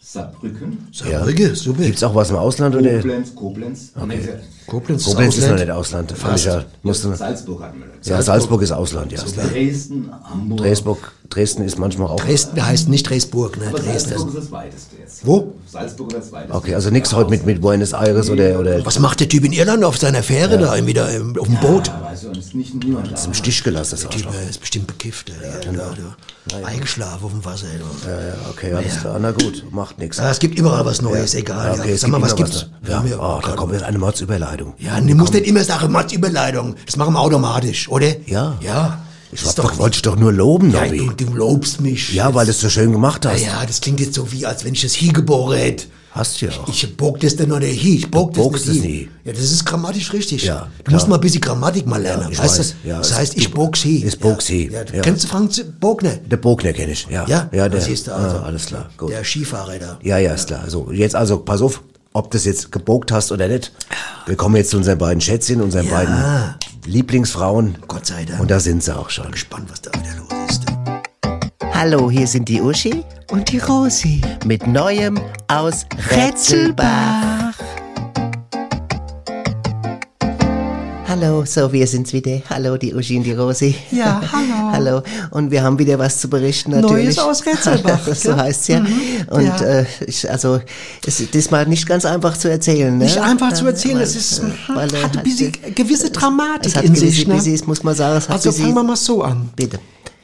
Saarbrücken,
Saarbrücken, super.
Gibt's auch was im Ausland, oder?
Koblenz, Koblenz, okay.
Koblenz,
Koblenz ist noch
Ausland.
nicht Ausland. Micha, musst du,
Salzburg hatten wir jetzt.
ja, Salzburg ist Ausland, ja.
Dresden, Hamburg.
Dresden, Dresden ist manchmal auch.
Dresden heißt nicht Dresburg, ne?
Aber Salzburg
Dresden.
ist das weiteste jetzt.
Wo?
Salzburg ist das weiteste.
Okay, also nichts heute mit, mit Buenos Aires oder, oder
Was macht der Typ in Irland auf seiner Fähre da im- wieder im, auf dem Boot?
Da weiß ich auch nicht, nicht niemand da.
im Stich gelassen. Das
Typ
Arschloch.
äh, ist bestimmt bekifft, äh, ja, genau. du. Eingeschlafen auf dem Wasser. ey, du.
Ja, okay, alles klar. Na gut, macht nichts.
Ah, es gibt überall was Neues, egal.
okay,
ja.
es
Sag mal,
gibt
was
immer
gibt's?
Ja,
Ja,
oh, da kommt jetzt eine Mordsüberleitung.
Ja, du musst nicht immer sagen, Mats Überleitung. Das machen wir automatisch, oder?
Ja.
Ja.
Ich
Das
hab doch, wollte ich doch nur loben,
ja,
Nobby.
du,
Ja,
du lobst mich.
weil du es so schön gemacht hast.
Ja, das klingt jetzt so wie, als wenn ich das hier geboren hätte.
Hast du ja auch.
Ich bog das denn oder hier, ich bog das
bogst
nicht
es
hin.
nie.
Ja, das ist grammatisch richtig.
Ja,
du
klar.
musst mal ein bisschen Grammatik mal lernen.
ich
weißt
weiß.
du?
Ja,
das
es-
heißt, ich
du-
bog's hier.
es bog's hier.
Ja, du
Ja.
Kennst du Frank Bogner?
Der Bogner kenne ich, ja.
Ja,
ja der,
das siehst du also.
ah, alles klar, gut.
Der Skifahrer da.
Ja, ja, ist klar. So, jetzt also, pass auf, ob du das jetzt gebogt hast oder nicht. Wir kommen jetzt zu unseren beiden Schätzchen, unseren beiden Lieblingsfrauen.
Gott sei Dank.
Und da sind sie auch schon.
Gespannt, was da wieder los ist.
Hallo, hier sind die Uschi und die Rosi mit Neuem aus Rätselbach. Hallo, so wir sind's wieder. Hallo, die Uschi und die Rosi.
Ja, hallo.
hallo. Und wir haben wieder was zu berichten natürlich.
Neues aus Rätselbach,
*laughs* so
gell? Mhm.
heißt's ja. Und
ja.
Äh, ich, also es ist diesmal nicht ganz einfach zu erzählen. Ne?
Nicht einfach zu erzählen, es ist,
weil, äh,
hat
hat-
eine bisschen, gewisse
Es
Dramatik
hat
in
gewisse
sich. Ne?
Bissis, muss man sagen. Es hat
also
Bissis-
fangen wir mal so an.
Bitte.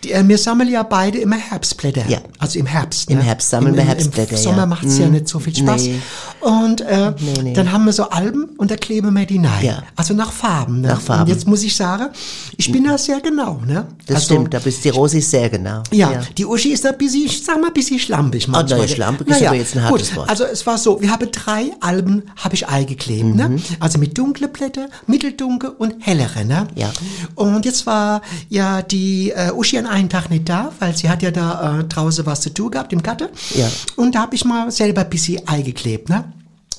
Die, äh, wir sammeln ja beide immer Herbstblätter.
Ja.
Also im Herbst.
Im
ne?
Herbst sammeln wir Herbstblätter,
Im
ja. Hm.
Sommer macht's ja nicht so viel Spaß.
Nee.
Und äh,
nee.
dann haben wir so Alben und da kleben wir die rein.
Ja.
Also nach Farben. Ne?
Nach Farben. Mhm.
Und jetzt muss ich sagen, ich bin da sehr genau. Ne?
Das
also,
stimmt, da bist die Rosi sehr genau.
Ja, die Uschi ist da bisschen, ich sag mal, bisschen schlampig manchmal.
naja, Ah, schlampig ist aber jetzt ein hartes Wort.
Also es war so, wir haben drei Alben, habe ich eingeklebt,
Mhm.
ne? Also mit dunkle Blätter, mitteldunkel und hellere, ne?
Ja.
Und jetzt war ja die äh, Uschi an einem Tag nicht da, weil sie hat ja da äh, draußen was zu tun gehabt im Gatte.
Ja.
Und da habe ich mal selber ein bisschen eingeklebt, ne?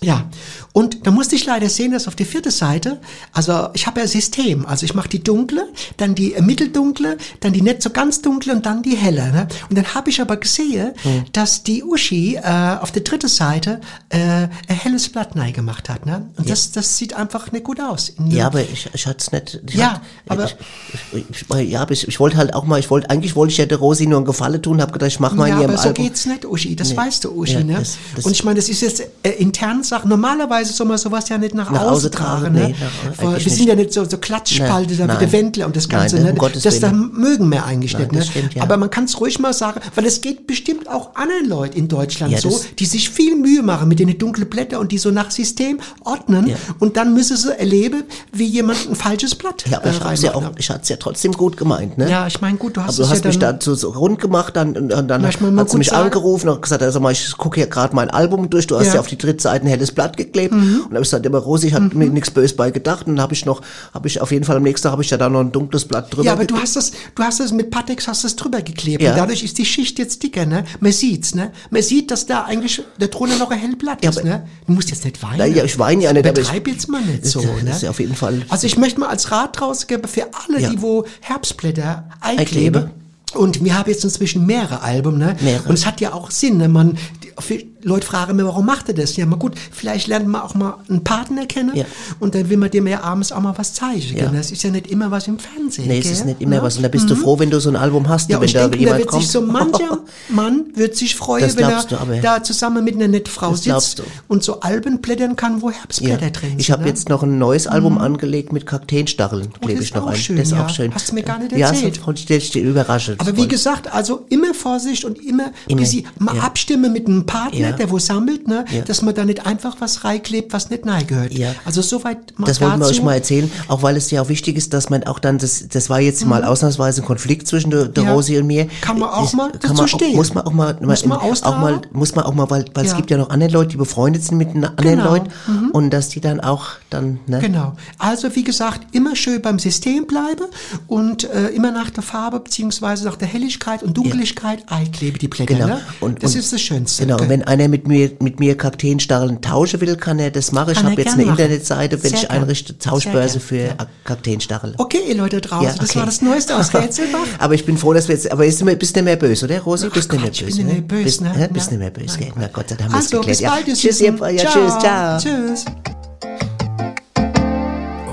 Ja, und da musste ich leider sehen, dass auf der vierten Seite, also ich habe ja System, also ich mache die dunkle, dann die äh, mitteldunkle, dann die nicht so ganz dunkle und dann die helle. Ne? Und dann habe ich aber gesehen,
Hm.
dass die Uschi äh, auf der dritten Seite äh, ein helles Blatt neu gemacht hat. Ne? Und das, das sieht einfach nicht gut aus.
Ja, aber ich, ich hatte es nicht. Ich
Ja,
hat-
aber-
Ich, ich, ich, ja, aber ich, ich wollte halt auch mal, ich wollte, eigentlich wollte ich ja der Rosi nur einen Gefallen tun, habe gedacht, ich mach mal
ja,
in ihrem
aber so
Album.
geht's nicht, Uschi. Das
Nee.
weißt du, Uschi.
Ja,
ne?
das- das-
und ich meine, das ist jetzt äh, intern Sache. Normalerweise soll man sowas ja nicht nach,
Nach
außen
außen
tragen.
tragen,
Ne?
nee, nach-
Weil
eigentlich
wir sind
nicht.
ja nicht so, so Klatschspalte da mit
nein.
der Wendler und das
Nein,
Ganze.
um
ne?
Gottes
das da
Willen.
mögen wir eigentlich
Nein,
nicht. Ne?
das stimmt, ja.
Aber man kann es ruhig mal sagen, weil es geht bestimmt auch anderen Leuten in Deutschland
Ja,
so,
das-
die sich viel Mühe machen mit den dunklen Blättern und die so nach System ordnen.
Ja.
Und dann müssen sie erleben, wie jemand ein falsches Blatt
Ja, aber
äh,
ich hab's ja
reinmacht,
auch, ich hat's ja trotzdem gut gemeint, ne?
ne? Ja, ich meine, gut, du
Aber
hast
du
es
hast
ja
mich
dann,
dazu so rund gemacht, dann, und dann
Na, ich mein, man
hat sie
gut
mich
sagen-
angerufen und gesagt, also mal, ich gucke hier gerade mein Album durch, du hast
Ja. Mhm.
ja, auf die dritte Seite ein helles Blatt geklebt. Und habe ich gesagt, immer Rosi, ich habe mir nichts Böses bei gedacht. Und dann habe ich noch, habe ich auf jeden Fall am nächsten Tag habe ich ja da noch ein dunkles Blatt drüber.
Ja, aber du
geklebt.
hast das, du hast das mit Patex hast das drüber geklebt.
Ja.
Und dadurch ist die Schicht jetzt dicker, ne? Man sieht's, ne? Man sieht, dass da eigentlich der Drohne noch ein hellblatt ist, ne? Du musst jetzt nicht weinen.
Nein, ja, ich weine ja nicht, aber ich-
Betreib jetzt mal nicht so,
Das
ne?
ist ja auf jeden Fall.
Also ich möchte mal als Rat rausgeben für alle,
Ja.
die wo Herbstblätter
Einklebe.
einkleben. Und wir haben jetzt inzwischen mehrere Alben, ne?
Mehrere.
Und es hat ja auch Sinn, ne? Man, die, viele Leute fragen mir, warum macht er das? Ja, mal gut, vielleicht lernt man auch mal einen Partner kennen
Ja.
und dann will man dem ja abends auch mal was zeigen.
Ja.
gell? Das ist ja nicht immer was im Fernsehen.
Nee, es
gell?
ist nicht immer
Ne?
was. Und da bist du froh, wenn du so ein Album hast,
Ja, und
wenn
ich
da
denke, mir,
jemand
wird
kommt.
sich so
*laughs*
mancher Mann wird sich freuen,
Das
wenn er
glaubst du aber, ja.
da zusammen mit einer netten Frau
Das glaubst
sitzt
du.
und so Alben blättern kann, wo
ja.
Herbstblätter drin sind.
Ich habe
ne?
jetzt noch ein neues Album angelegt mit Kakteentstacheln, klebe
das
ich
ist
noch
auch
ein.
schön,
das ist
ja.
auch schön.
Hast du mir gar nicht
ja,
erzählt.
Ja, so, ich dich überrasche.
aber wie gesagt, also immer Vorsicht und immer,
Immer,
bis sie mal
ja.
abstimmen mit einem Partner,
Ja.
der wo sammelt, ne,
Ja.
dass man da nicht einfach was reinklebt, was nicht nahe gehört.
Ja.
Also soweit mal
Das wollten wir
dazu.
euch mal erzählen, auch weil es ja auch wichtig ist, dass man auch dann, das, das war jetzt mal ausnahmsweise ein Konflikt zwischen der, der
Mhm. Ja.
Rosi und mir.
Kann man auch
Ist-
mal dazu
man
stehen.
Auch, muss man auch mal,
Muss man
auch
austragen.
mal, muss man auch mal, weil, weil
Ja.
es gibt ja noch andere Leute, die befreundet sind mit anderen
Genau.
Leuten und dass die dann auch dann, ne?
Genau. Also wie gesagt, immer schön beim System bleiben und äh, immer nach der Farbe beziehungsweise nach der Helligkeit und Dunkelheit einklebe die Blätter.
Genau.
Ne?
Und-
das
und-
ist das Schönste.
Genau, und wenn einer mit mir, mit mir Kakteenstacheln tauschen will, kann er das machen. Ich
Kann er
habe jetzt
gern
eine
machen.
Internetseite, wenn
Sehr
ich
gern.
einrichte,
Sehr
Tauschbörse für
gern,
ja. Kakteenstacheln.
Okay, ihr Leute draußen,
Ja,
das
okay.
war das Neueste
*laughs*
aus Rätselbach.
Aber ich bin froh, dass wir jetzt, aber jetzt sind wir- bist du nicht mehr böse, oder Rosi? bist du nicht mehr böse?
ich bin nicht mehr böse,
Bist,
ne?
hä? bist
Nein.
nicht mehr böse, gell? Na Gott sei Dank haben wir es
Also, bis
geklärt.
bald,
ja.
ihr
Tschüss,
Süßen.
ihr, ja, tschüss, ciao.
Tschüss.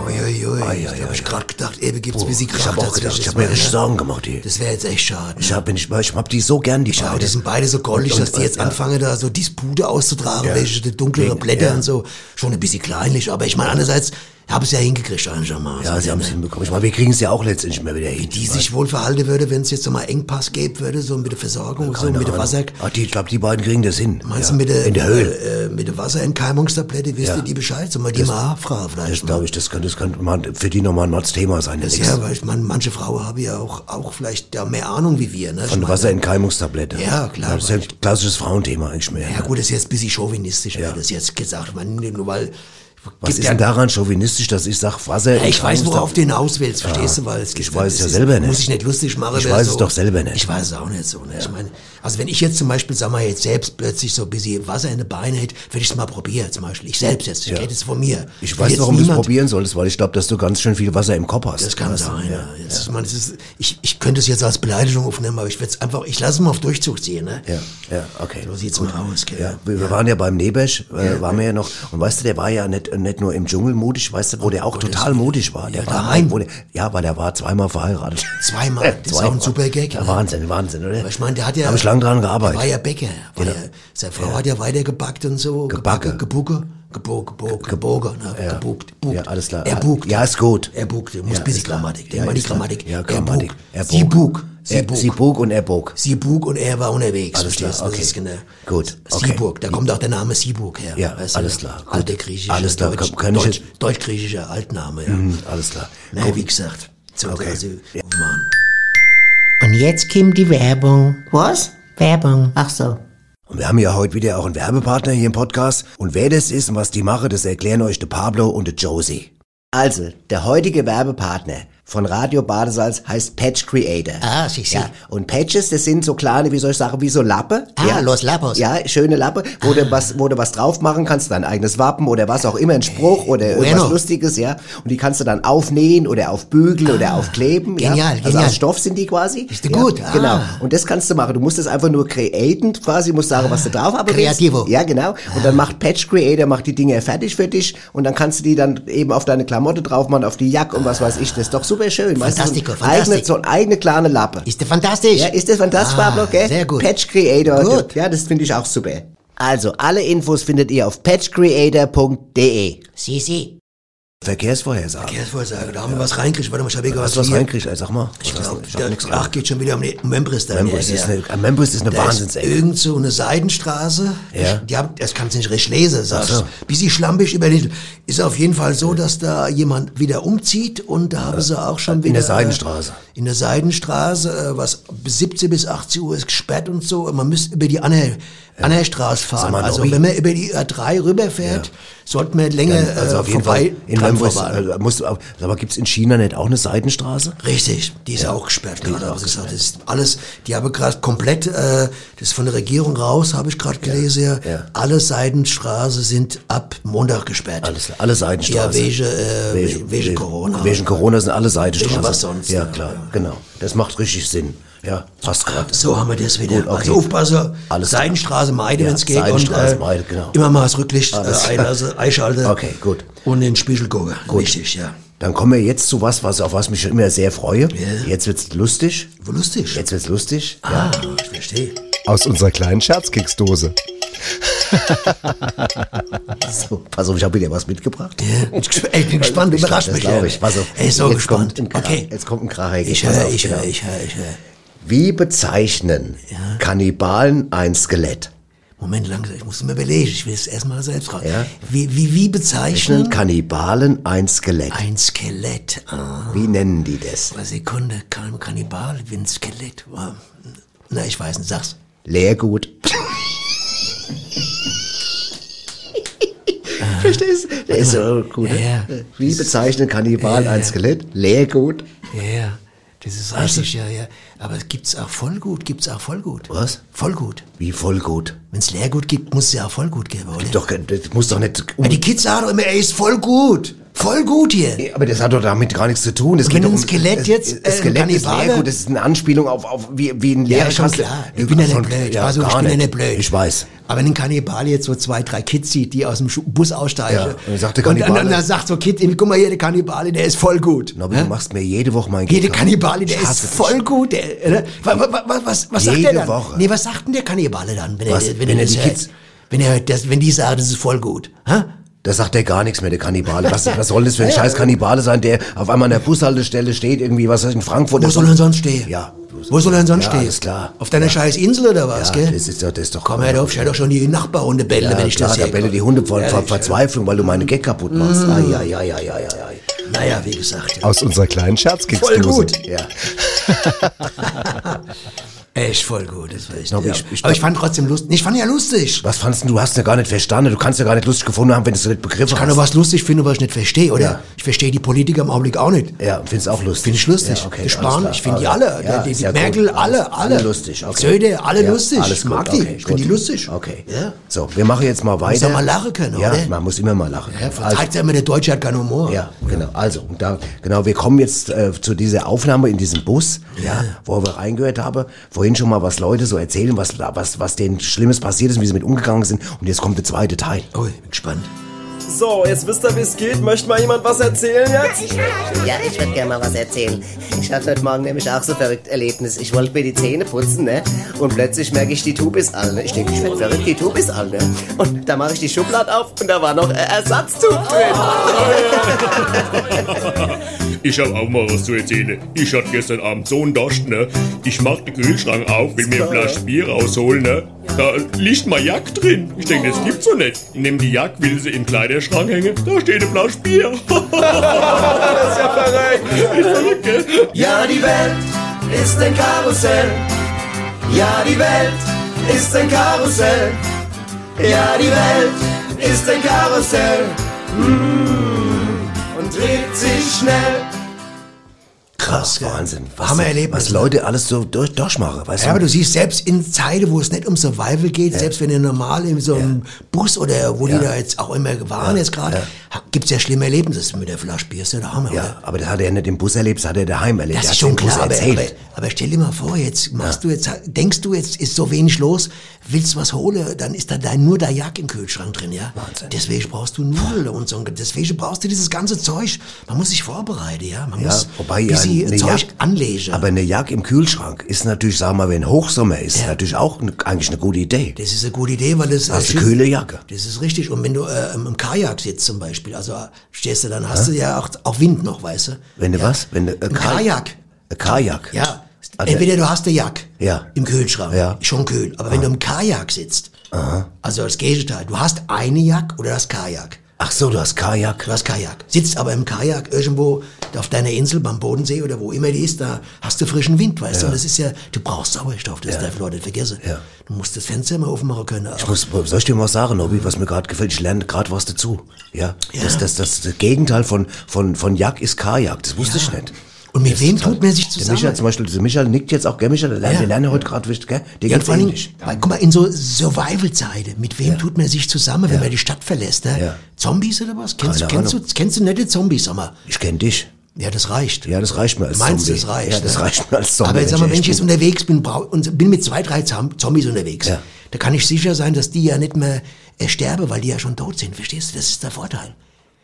Uiuiui, da habe ich gerade gedacht, eben gibt's wie sie gerade
Ich habe auch gedacht, ich habe mir richtig Sorgen gemacht. Die.
Das wäre jetzt echt schade. ne?
Ich habe ich, ich hab die so gern, die
Aber die
beiden.
sind beide so goldig,
Und- und-
dass die jetzt
ja.
anfangen, da so Dispute auszutragen, welche die dunkleren
Wegen-
Blätter
ja.
und so. Schon ein bisschen kleinlich, aber ich meine, andererseits habe es ja hingekriegt, eigentlich schon mal.
Ja, sie haben es hinbekommen. Ich meine, wir kriegen es ja auch letztendlich mehr wieder hin.
Die sich wohl verhalten würde, wenn es jetzt nochmal Engpass gäbe würde, so mit der Versorgung, so mit der Wasser.
Ah, die, ich glaube, die beiden kriegen das hin.
Meinst
ja.
du mit der,
In der Höhle.
Äh, mit der Wasserentkeimungs-Tablette, wisst
Ja.
ihr die Bescheid? Sollen wir die
Das-
mal fragen vielleicht?
Das
mal?
glaube ich, das könnte, das könnte man für die nochmal ein Mordsthema sein.
Das
demnächst.
ja, weil ich meine, manche Frauen haben ja auch, auch vielleicht ja, mehr Ahnung wie wir. Ne? Ich
Von
meine,
Wasserentkeimungstablette.
Ja, klar,
Das ist ja ein klassisches Frauenthema ne? eigentlich mehr.
Ja gut, das ist jetzt ein bisschen chauvinistisch, wenn das jetzt gesagt wird. Nur weil...
Was
gibt
ist
ja-
denn daran chauvinistisch, dass ich sage, Wasser...
Ja, ich weiß, worauf du hinaus willst, verstehst du? Weil es gibt-
ich weiß es ja
ist-
selber nicht.
Muss ich nicht lustig machen.
Ich
wer
weiß es doch selber nicht.
Ich weiß es auch nicht so. Ne? Ich meine, also wenn ich jetzt zum Beispiel, sag mal, jetzt selbst plötzlich so ein bisschen Wasser in die Beine hätte, würde ich es mal probieren zum Beispiel. Ich selbst jetzt, ich rede jetzt von mir.
Ich
Will
weiß,
jetzt
warum du es
niemand-
probieren solltest, weil ich glaube, dass du ganz schön viel Wasser im Kopf hast.
Das kann
Weißt du?
sein, ja. Jetzt, Ich, meine, es ist, ich, ich könnte es jetzt als Beleidigung aufnehmen, aber ich würde es einfach, ich lasse es mal auf Durchzug ziehen, ne?
Ja, ja, okay.
So sieht's mal aus, gell?
Ja, wir, wir waren ja beim Nebesch, äh, waren wir ja noch, und weißt du, der war ja nicht, nicht nur im Dschungel mutig, weißt du, wo der auch total mutig war. Der war
daheim.
Wo der, ja, weil der war zweimal verheiratet.
*laughs* Zweimal, das ist auch ein super Gag,
Ja,
ne?
Wahnsinn, Wahnsinn, oder?
Aber ich meine, der hat ja.
Habe ich lang dran gearbeitet. Genau.
Der war ja Bäcker. War ja. seine Frau hat ja weiter gebackt und so.
Gebacke.
Gebucke. Gebog, gebog, gebogen. Ne?
Ja.
Gebugt. Bugt.
Ja, alles klar.
Er bugt.
Ja, ist gut.
Er bugt. Du musst
Ja,
ein bisschen
ist klar.
Grammatik.
Ja,
Denk mal die
ist klar.
Grammatik.
Ja,
Er
Grammatik.
bug.
Er
Sie
bug.
bog. Sie
Er-
bog.
Sie bug und er bog.
Sie bug und er war unterwegs.
Alles klar,
verstehst du? Das
okay.
ist genau.
Gut, okay.
Sieburg. Da kommt auch der Name Sieburg her.
Ja,
du?
alles klar. Gut.
Alte griechische.
Alles klar,
Deutsch,
kann- kann ich
Deutsch,
jetzt-
Deutsch-griechischer Altname, ja.
Hm, alles klar.
Na, wie gesagt. So,
Okay.
also,
Ja.
Mann.
Und jetzt kommt die Werbung.
Was?
Werbung.
Ach so.
Und wir haben ja heute wieder auch einen Werbepartner hier im Podcast. Und wer das ist und was die machen, das erklären euch der Pablo und der Josie.
Also, der heutige Werbepartner
von Radio Badesalz heißt Patch Creator.
Ah, sie, sie.
Ja, und Patches, das sind so kleine, wie soll ich sagen, wie so Lappe.
Ah,
ja.
los Ah. Lappos.
Ja, schöne Lappe, wo, du was, wo du was drauf machen kannst, dein eigenes Wappen oder was auch immer, ein Spruch oder irgendwas
Äh, Bueno.
Lustiges, ja. Und die kannst du dann aufnähen oder auf Bügel oder aufkleben.
Ah,
ja.
Genial,
also
genial.
Aus Stoff sind die quasi.
Ist gut, ah.
Genau. Und das kannst du machen. Du musst das einfach nur createn quasi, musst sagen, was du drauf haben willst.
Kreativo.
Ja, genau. Und dann macht Patch Creator, macht die Dinge fertig für dich und dann kannst du die dann eben auf deine Klamotte drauf machen, auf die Jacke und was weiß ich. Das ist doch super schön. weißt du?
Fantastico,
so ein eigene,
fantastico.
so eine eigene kleine Lappe.
Ist der fantastisch?
Ja, ist das fantastisch,
Ah,
Pablo, gell?
Sehr gut.
Patch Creator.
Gut.
Ja, das finde ich auch super. Also, alle Infos findet ihr auf patchcreator.de.
Sie, sie.
Verkehrsvorhersage.
Verkehrsvorsage, da haben wir was reingekriegt. Warte mal, ich habe
Hast
was,
du was
hier.
reingekriegt? Ey, Sag mal. Ich
Glaub, der- Ach, geht schon wieder um die Membris da.
Membris
Ja,
ist
ja.
eine, Membris ist eine
Da ist
Wahnsinnsecke.
irgend so eine Seidenstraße.
Ja.
Ich, die haben, das kannst du nicht recht lesen, sagst
Ach so.
du. Bis sie schlampig über den Ist auf jeden Fall so, dass da jemand wieder umzieht und da haben sie auch schon wieder.
In der
äh,
Seidenstraße.
In der Seidenstraße, äh, was bis 17 bis 18 Uhr ist gesperrt und so. Und man müsste über die Anne, Annerstraße fahren.
mal,
also
Nobby.
wenn man über die A3 rüberfährt, sollte man länger
Also auf
äh,
jeden
vorbei
Fall. In
dran
Membris,
vorbei.
äh, musst, du auch- sag mal, gibt's in China nicht auch eine Seidenstraße?
Richtig, die ist auch gesperrt gerade. Aber gesagt, das ist alles, die habe gerade komplett, äh, das ist von der Regierung raus, habe ich gerade gelesen. Ja,
ja.
Alle Seidenstraße sind ab Montag gesperrt.
Alles, alle
ja,
Seidenstraßen.
wegen, äh, wegen, wegen Corona.
Wegen Corona sind alle Seidenstraßen.
Wegen was sonst,
Ja,
ne?
klar, genau. Das macht richtig Sinn. Ja, passt gerade.
So haben wir das wieder.
Gut, okay.
Also aufpassen,
Alles klar.
Seidenstraße meiden,
Ja,
wenn es geht.
Seidenstraße
und, äh,
meiden, genau.
Immer mal das Rücklicht äh,
Alles klar. *laughs*
einlassen, einschalten.
Okay, gut.
Und in den Spiegel gucken. Wichtig, ja.
Dann kommen wir jetzt zu was, was auf was mich schon immer sehr freue. Jetzt wird's lustig.
Lustig.
Jetzt wird's lustig.
Ah, ich verstehe.
Aus unserer kleinen Scherzkeksdose.
So, pass auf, ich habe dir was mitgebracht. Also,
Ey, ich bin gespannt,
Ich glaub,
überrascht
das
mich.
glaub
ja.
ich. Pass auf.
Ey, so
Jetzt
gespannt.
kommt ein Kracher.
Okay.
Jetzt kommt ein Kracher.
Ich
Pass
höre,
auf,
ich höre,
genau.
ich höre, ich höre.
Wie bezeichnen Kannibalen ein Skelett?
Moment, langsam, ich muss mir überlegen, ich will es erstmal selbst fragen.
Ja.
Wie, wie, wie
Zeichnen
bezeichnen?
Kannibalen ein Skelett.
Ein Skelett. Ah,
Wie nennen die das?
eine Sekunde, kein Kannibal, wie ein Skelett. Ah, Na, ich weiß nicht, sag's.
Leergut. *laughs* Verstehst du? Der ist so gut. ne?
Ja, ja.
Wie bezeichnen Kannibalen ein Skelett? Leergut.
Ja, ja, das ist richtig, ja, ja. Aber es gibt's auch Vollgut, gibt's auch Vollgut.
Was?
Vollgut.
Wie vollgut.
Wenn's Leergut gibt, muss es ja auch Vollgut geben, oder?
Doch, das muss doch nicht.
Aber die Kids sagen doch immer, ey, ist voll gut. Voll gut hier.
Aber das hat doch damit gar nichts zu tun. Es um-
Und wenn ein Skelett
es-
jetzt,
es-
äh,
Skelett ist
Kannibale-
Leergut. Das ist eine Anspielung auf, auf wie, wie ein
Ja,
leeres
schon
Kasten-
klar. Ich bin ja nicht
schon-
blöd.
ja,
also, ich
gar
bin ja
nicht.
nicht blöd.
Ich weiß.
Aber wenn ein Kannibale jetzt so zwei, drei Kids sieht, die aus dem Schu- Bus aussteigen.
Ja, und dann sagt der
Und
Kannibale-
dann, dann sagt so Kind, guck mal hier, der Kannibale, der ist voll gut.
Nobby, du machst mir jede Woche mein
Jede
Glück.
Kannibale, der
Ich
ist
hasse dich.
voll gut. Der, oder? Was, was, was, was sagt
Jede
der dann?
Woche.
Nee, was sagt denn der Kannibale dann, wenn,
Was?
er,
Wenn er
das
die
hört?
Kids-
Wenn er hört, das, wenn die sagen, das ist voll gut. Ha?
Da sagt er gar nichts mehr, der
*laughs*
Kannibale. Was, was soll das für ein scheiß Kannibale sein, der auf einmal an der Bushaltestelle steht, irgendwie, was weiß ich, in Frankfurt?
Wo soll er denn sonst stehen?
Ja.
Wo soll er denn sonst
Ja,
stehen?
alles klar.
Auf deiner scheiß Insel oder was,
Ja,
gell?
das ist doch, das ist doch
Komm her, auf, ich hör doch schon die Nachbarhunde bellen,
Ja,
wenn ich
klar,
das
da
sehe. Mm.
bellen die Hunde vor, vor
Ehrlich,
Verzweiflung, weil du meine Gag kaputt machst. Ah, Ai, ai, ai, ai, ai, ai.
Naja, wie gesagt.
Aus unserer kleinen Scherzkeksdose.
Voll gut. *laughs*
Ja.
Echt voll gut, das war echt.
glaub,
ja.
ich- ich
Aber ich
glaub-
fand trotzdem lustig. Ich fand ja lustig.
Was fandst du? Du hast ja gar nicht verstanden. Du kannst ja gar nicht lustig gefunden haben, wenn du es nicht begriffen
Ich kann
hast.
nur was lustig finden, was ich nicht verstehe, oder?
Ja.
Ich verstehe die Politiker im Augenblick auch nicht.
ja, findest auch lustig.
Finde ich lustig.
Ja, okay,
die
alles
Spahn,
klar.
ich finde die
Also,
alle.
ja,
die,
ist
die
ja gut.
Merkel, alle, alle.
Alle lustig, okay.
Söder, alle
Ja,
lustig.
alles
ich
gut,
mag die.
okay,
ich finde die
gut.
lustig.
Okay.
Ja.
So, wir machen jetzt mal weiter.
auch mal lachen können,
ja,
oder?
man muss immer mal lachen.
Ja,
können. Also
verzeiht ja immer, der Deutsche hat keinen Humor.
Ja, genau. Also, und da, genau, wir kommen jetzt äh, zu dieser Aufnahme in diesem Bus, ja, wo wir reingehört haben, vorhin schon mal, was Leute so erzählen, was, da- was, was denen Schlimmes passiert ist, und wie sie mit umgegangen sind. Und jetzt kommt der zweite Teil.
Oh, ich bin gespannt.
So, jetzt wisst ihr, wie es geht. Möchte mal jemand was erzählen jetzt?
Ja, ich würde gerne mal was erzählen. Ich hatte heute Morgen nämlich auch so ein verrücktes Erlebnis. Ich wollte mir die Zähne putzen, ne? Und plötzlich merke ich, die Tube ist alle. ne? Ich denke, ich werde verrückt, die Tube ist alle. Und da mache ich die Schublade auf und da war noch äh, Ersatztube drin.
Ich hab auch mal was zu erzählen. Ich hatte gestern Abend so einen Dost, ne? Ich mach den Kühlschrank auf, will mir ein Flasch Bier rausholen, ne? Da liegt mein Jack drin. Ich denke, das gibt's doch nicht. Ich nehm die Jack, will sie in den Kleiderschrank hängen. Da steht ein Flasch Bier. *laughs*
Das ist ja verrückt.
Ist verrückt, gell?
Ja, die Welt ist ein Karussell. Ja, die Welt ist ein Karussell. Ja, die Welt ist ein Karussell. Mm. Und dreht sich schnell.
krass, gell?
Wahnsinn. Was,
Hammer
was
Erlebnis. ne?
Leute alles so durch, durchmachen, weißt
Ja, aber
du?
du siehst, selbst in Zeiten, wo es nicht um Survival geht, selbst wenn ihr normal in so einem Bus oder wo
Ja.
die da jetzt auch immer waren
Ja.
jetzt gerade, gibt's ja schlimme Erlebnisse mit der Flasche Bier, ist ja der Hammer,
ja,
oder?
aber das hat er nicht im Bus erlebt, das hat er daheim erlebt.
Das ist
Er hat's
schon
im Bus
klar, aber, aber,
erzählt.
aber stell dir mal vor, jetzt machst du jetzt, denkst du jetzt ist so wenig los, willst was hole, dann ist da dein, nur der Jagd im Kühlschrank drin, ja? Wahnsinn. Deswegen brauchst du Nudeln und so, deswegen brauchst du dieses ganze Zeug. Man muss sich vorbereiten, ja? Man
Ja,
muss
wobei
ein
ja
bisschen
eine
Zeug
Jagd-
anlegen.
Aber eine Jagd im Kühlschrank ist natürlich, sagen wir mal, wenn Hochsommer ist, natürlich auch ne- eigentlich eine gute Idee.
Das ist eine gute Idee, weil das...
Hast du
äh,
kühle Jacke.
Das ist richtig. Und wenn du äh, im im Kajak sitzt zum Beispiel, also äh, stehst du, dann hast du ja auch, auch Wind noch, weißt du?
Wenn du was? Wenn du äh,
Im Kajak.
Ein Kajak.
Ja.
Also-
Entweder du hast eine Jack
Ja.
im Kühlschrank,
Ja.
schon kühl. Aber wenn du im Kajak sitzt,
Ah. Aha.
also das Gegenteil, du hast eine Jack oder das Kajak.
Ach so, du hast Kajak.
Du hast Kajak. Sitzt aber im Kajak irgendwo auf deiner Insel beim Bodensee oder wo immer die ist, da hast du frischen Wind, weißt du?
Ja.
Und das ist ja, du brauchst Sauerstoff, das darf Leute nicht vergessen. Du musst das Fenster immer offen machen können.
Ich muss, soll ich dir mal was sagen, Nobby, was mir gerade gefällt? Ich lerne gerade was dazu. Ja. Das, das, das, das Gegenteil von, von, von Jagd ist Kajak. Das wusste ich nicht.
Und mit wem tut man sich
Der
zusammen?
Michael zum Beispiel, der Michael nickt jetzt auch, gell, Michael, der lernt,
Ja.
wir lernen heute gerade, wichtig, gell? Der
Ja,
geht's
vor allem,
ähnlich.
weil, guck mal, in so Survival-Zeiten, mit wem tut man sich zusammen, wenn man die Stadt verlässt? Ne?
Ja.
Zombies oder was? Kennst, du,
Keine
kennst, du,
Ahnung.
kennst du nette Zombies, sag mal?
Ich kenne dich.
Ja, das reicht.
Ja, das reicht mir als
Du meinst,
Zombie.
das reicht?
Ja, das
ne?
reicht mir als Zombie.
Aber jetzt sag mal, wenn ich
echt
jetzt
bin.
unterwegs bin brau- und bin mit zwei, drei Zam- Zombies unterwegs,
Ja.
da kann ich sicher sein, dass die ja nicht mehr äh, sterben, weil die ja schon tot sind. Verstehst du? Das ist der Vorteil.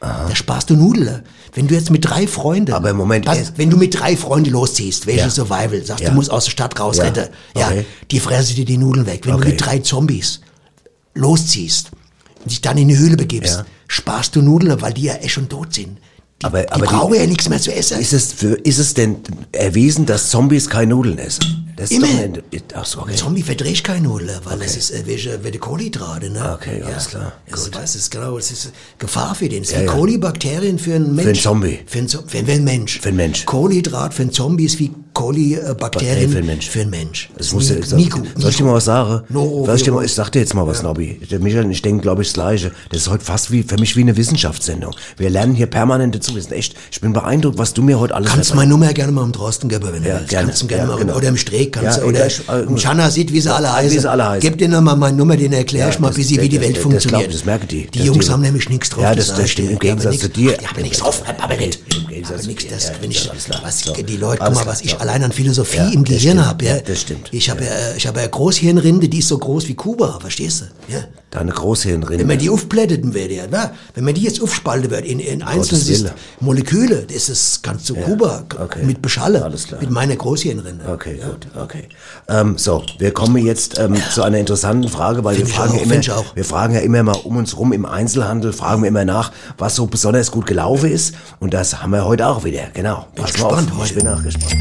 Da sparst du Nudeln. Wenn du jetzt mit drei Freunden. Aber im Moment. Pass, wenn du mit drei Freunden losziehst, welche
Ja.
Survival, sagst
Ja.
du musst aus der Stadt raus,
Ja.
Rette. Ja,
Okay.
die fressen dir die Nudeln weg. Wenn
Okay.
du mit drei Zombies losziehst und dich dann in die Höhle begibst,
Ja.
sparst du Nudeln, weil die ja echt schon tot sind.
aber,
Die brauchen ja nichts mehr zu essen.
Ist es, für, ist es denn erwiesen, dass Zombies keine Nudeln essen? Das
Immer.
Doch nicht, ach so, okay.
Ein Zombie verdreht keine Nudeln, weil es ist äh, welche, welche Kohlenhydrate, ne?
Okay, alles klar.
Es, ist- es ist genau, es ist Gefahr für den. Es ist
Ja,
wie
ja.
Kolibakterien für einen Mensch.
einen Zombie.
Für einen, Zo- für für einen Mensch.
Für einen Mensch.
Kohlhydrat für einen Zombie ist wie
Bakterien
Kolibakterien
für einen Mensch.
Für einen Mensch. Das,
muss
nie,
ja,
nie gut.
soll ich dir mal was sagen?
No, oh,
soll ich, dir
no.
mal, ich sag dir jetzt mal was, Nobby. Der Michael und ich denken, glaube ich, das Gleiche. Das ist heute fast wie, für mich wie eine Wissenschaftssendung. Wir lernen hier permanent dazu. Das ist echt, ich bin beeindruckt, was du mir heute alles
Kannst meine Nummer gerne mal am Drosten geben, wenn
Ja,
du willst.
gerne.
Kannst du ihm gerne
Ja,
mal,
genau.
Oder im Streeck kannst
Ja,
du, oder
ich- äh,
im Chana sieht, wie sie alle heißen.
sie alle heißen.
Gib dir nochmal meine Nummer, den erkläre
Ja,
ich mal,
das-
bis sie wie die
das-
Welt
das- das
funktioniert.
glaub ich, das merken die.
Die
Das-
Jungs
die-
haben nämlich nichts drauf.
Ja, das- das
sag ich
stimmt.
dir.
Im
Die haben
Gegensatz
nichts-
zu dir.
Die haben nichts drauf, aber nicht.
Im Gegensatz
Aber
zu
nichts,
dir.
das,
Ja,
wenn ich,
ja, alles klar.
was
So.
die Leute, guck
Alles
mal,
klar,
was ich
so.
allein an Philosophie
Ja,
im
das
Gehirn
stimmt.
habe, ja.
Ja, das stimmt.
Ich habe ja, ich habe ja Großhirnrinde, die ist so groß wie Kuba, verstehst du? Ja.
Deine Großhirnrinde.
Wenn man die aufplätteten würde, ja, ne? wenn man die jetzt aufspalten würde in, in einzelne
Gottes Wille.
Syst- Moleküle, das ist, kannst du Kuba k-
okay.
mit beschallen.
Alles klar.
Mit meiner Großhirnrinde.
Okay, gut, okay. Ähm, so, wir kommen jetzt ähm, zu einer interessanten Frage, weil
Find
wir
ich
fragen,
auch,
ja
find ich
immer,
auch.
wir fragen ja immer mal um uns rum im Einzelhandel, fragen wir immer nach, was so besonders gut gelaufen ist. Und das haben wir heute auch wieder, genau. Bin
ich gespannt
Ich
heute.
bin auch gespannt.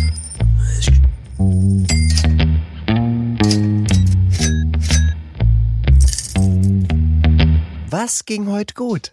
Was ging heute gut?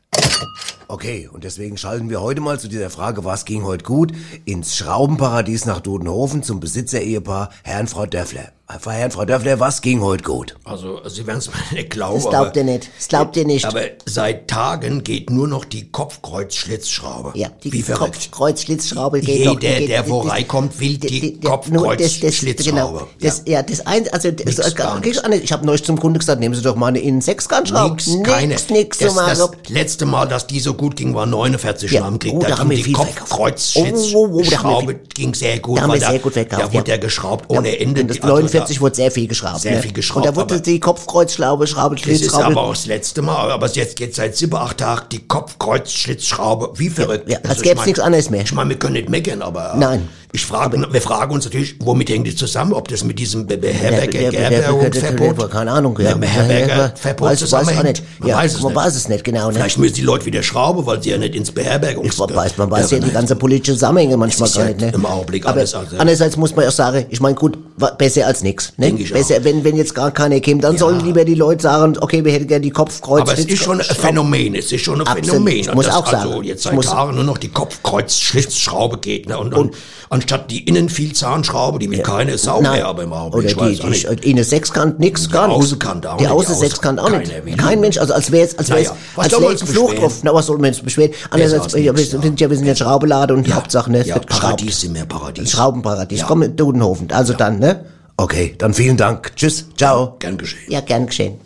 Okay, und deswegen schalten wir heute mal zu dieser Frage, was ging heute gut, ins Schraubenparadies nach Dudenhofen zum Besitzer-Ehepaar Herrn Frau Dörfler. Frau Herrn Frau Dörfler, was ging heute gut?
Also, Sie werden es mir nicht glauben.
Das glaubt ihr nicht. Das glaubt ihr nicht.
aber seit Tagen geht nur noch die Kopfkreuzschlitzschraube.
ja, die
Wie verrückt.
Kopfkreuzschlitzschraube geht
Jeder,
doch. die geht,
der wo
das-
reinkommt, will
das-
die
das- nur das- das-
Kopfkreuzschlitzschraube.
Genau. Das, ja. das ein, also, das,
Nix, gar nichts.
Ich habe neulich zum Kunde gesagt, nehmen Sie doch mal eine innen sechs Schraube.
Nix, keine.
Nix, nix,
das,
so mal
das
so.
letzte Mal, dass die so gut ging, war 49
Ja,
ja. am Krieg.
oh, da
da,
haben wir
ging die
viel
Kopfkreuzschlitzschraube
Oh, oh, oh, da haben wir
ging sehr gut.
Da haben
weil
wir sehr gut verkauft,
Da wurde
ja.
ja geschraubt ohne Ende.
Und das
Die- also da-
49 wurde sehr viel geschraubt.
Sehr
ne?
viel geschraubt,
Und da wurde
aber-
die Kopfkreuzschraube, Schraube,
Das ist aber auch
Schlitzschraube.
das letzte Mal. Aber jetzt geht seit sieben, acht Tagen die Kopfkreuzschlitzschraube. Wie verrückt.
ja, als
ich
gäb's
mein,
nichts anderes mehr.
Ich meine, wir können nicht meckern, aber. äh,
Nein.
Ich frage, wir fragen uns natürlich, womit hängt das zusammen? Ob das mit diesem Be-
Der- der- der-
Beherbergungsverbot.
Keine Ahnung. ja.
Ja, Beherbergerverbot
Weiß- Weiß auch
zusammenhängt.
nicht.
Man
Ja,
weiß es
Man
nicht.
weiß es nicht, genau. ne?
Vielleicht müssen die Leute wieder schrauben, weil sie ja nicht ins Beherbergungs...
Man weiß, man weiß ja
Dörren
die
heißen.
ganzen politischen Zusammenhänge manchmal
ist
gar
ja
nicht. Ne?
im Augenblick
Aber
alles andere.
andererseits muss man auch sagen, ich meine, gut, wa- besser als nichts. Ne?
Denk ich
Besser, wenn, wenn jetzt gar keiner käme, dann sollen lieber die Leute sagen, okay, wir hätten gerne die Kopfkreuz.
Aber es ist schon ein
Schraub-
Phänomen, es ist schon ein
Absolut.
Phänomen.
Ich
Und
muss
das
auch
also
sagen,
jetzt
ich
seit
muss-
Jahren nur noch die Kopfkreuzschlitzschraube geht. Ne? Und, und, und statt die innen viel Zahnschraube, die mit keine Sau
Nein.
mehr habe im Augenblick.
Oder
Ich weiß
die,
auch nicht.
die, die Sechskant, nix, gar nichts.
Außenkant auch
Die
nicht, die
Außensechskant auch
Außen-
nicht.
keiner will.
Kein Mensch, also als wäre es, als wäre es,
Naja, was
als
soll
wäre
man
es ein
uns
Fluch
beschweren?
drauf. Na, was soll man jetzt beschweren? Andererseits,
aus
ja, wir
nichts,
sind ja, wir sind ja Schraubelade und Hauptsache, ne, es
Ja,
wird geschraubt.
Paradies sind wir Paradies.
Schraubenparadies. Komm, in Dudenhofen. Also dann, ne? Okay, dann vielen Dank. Tschüss, ciao.
Gern geschehen.
Ja, gern geschehen.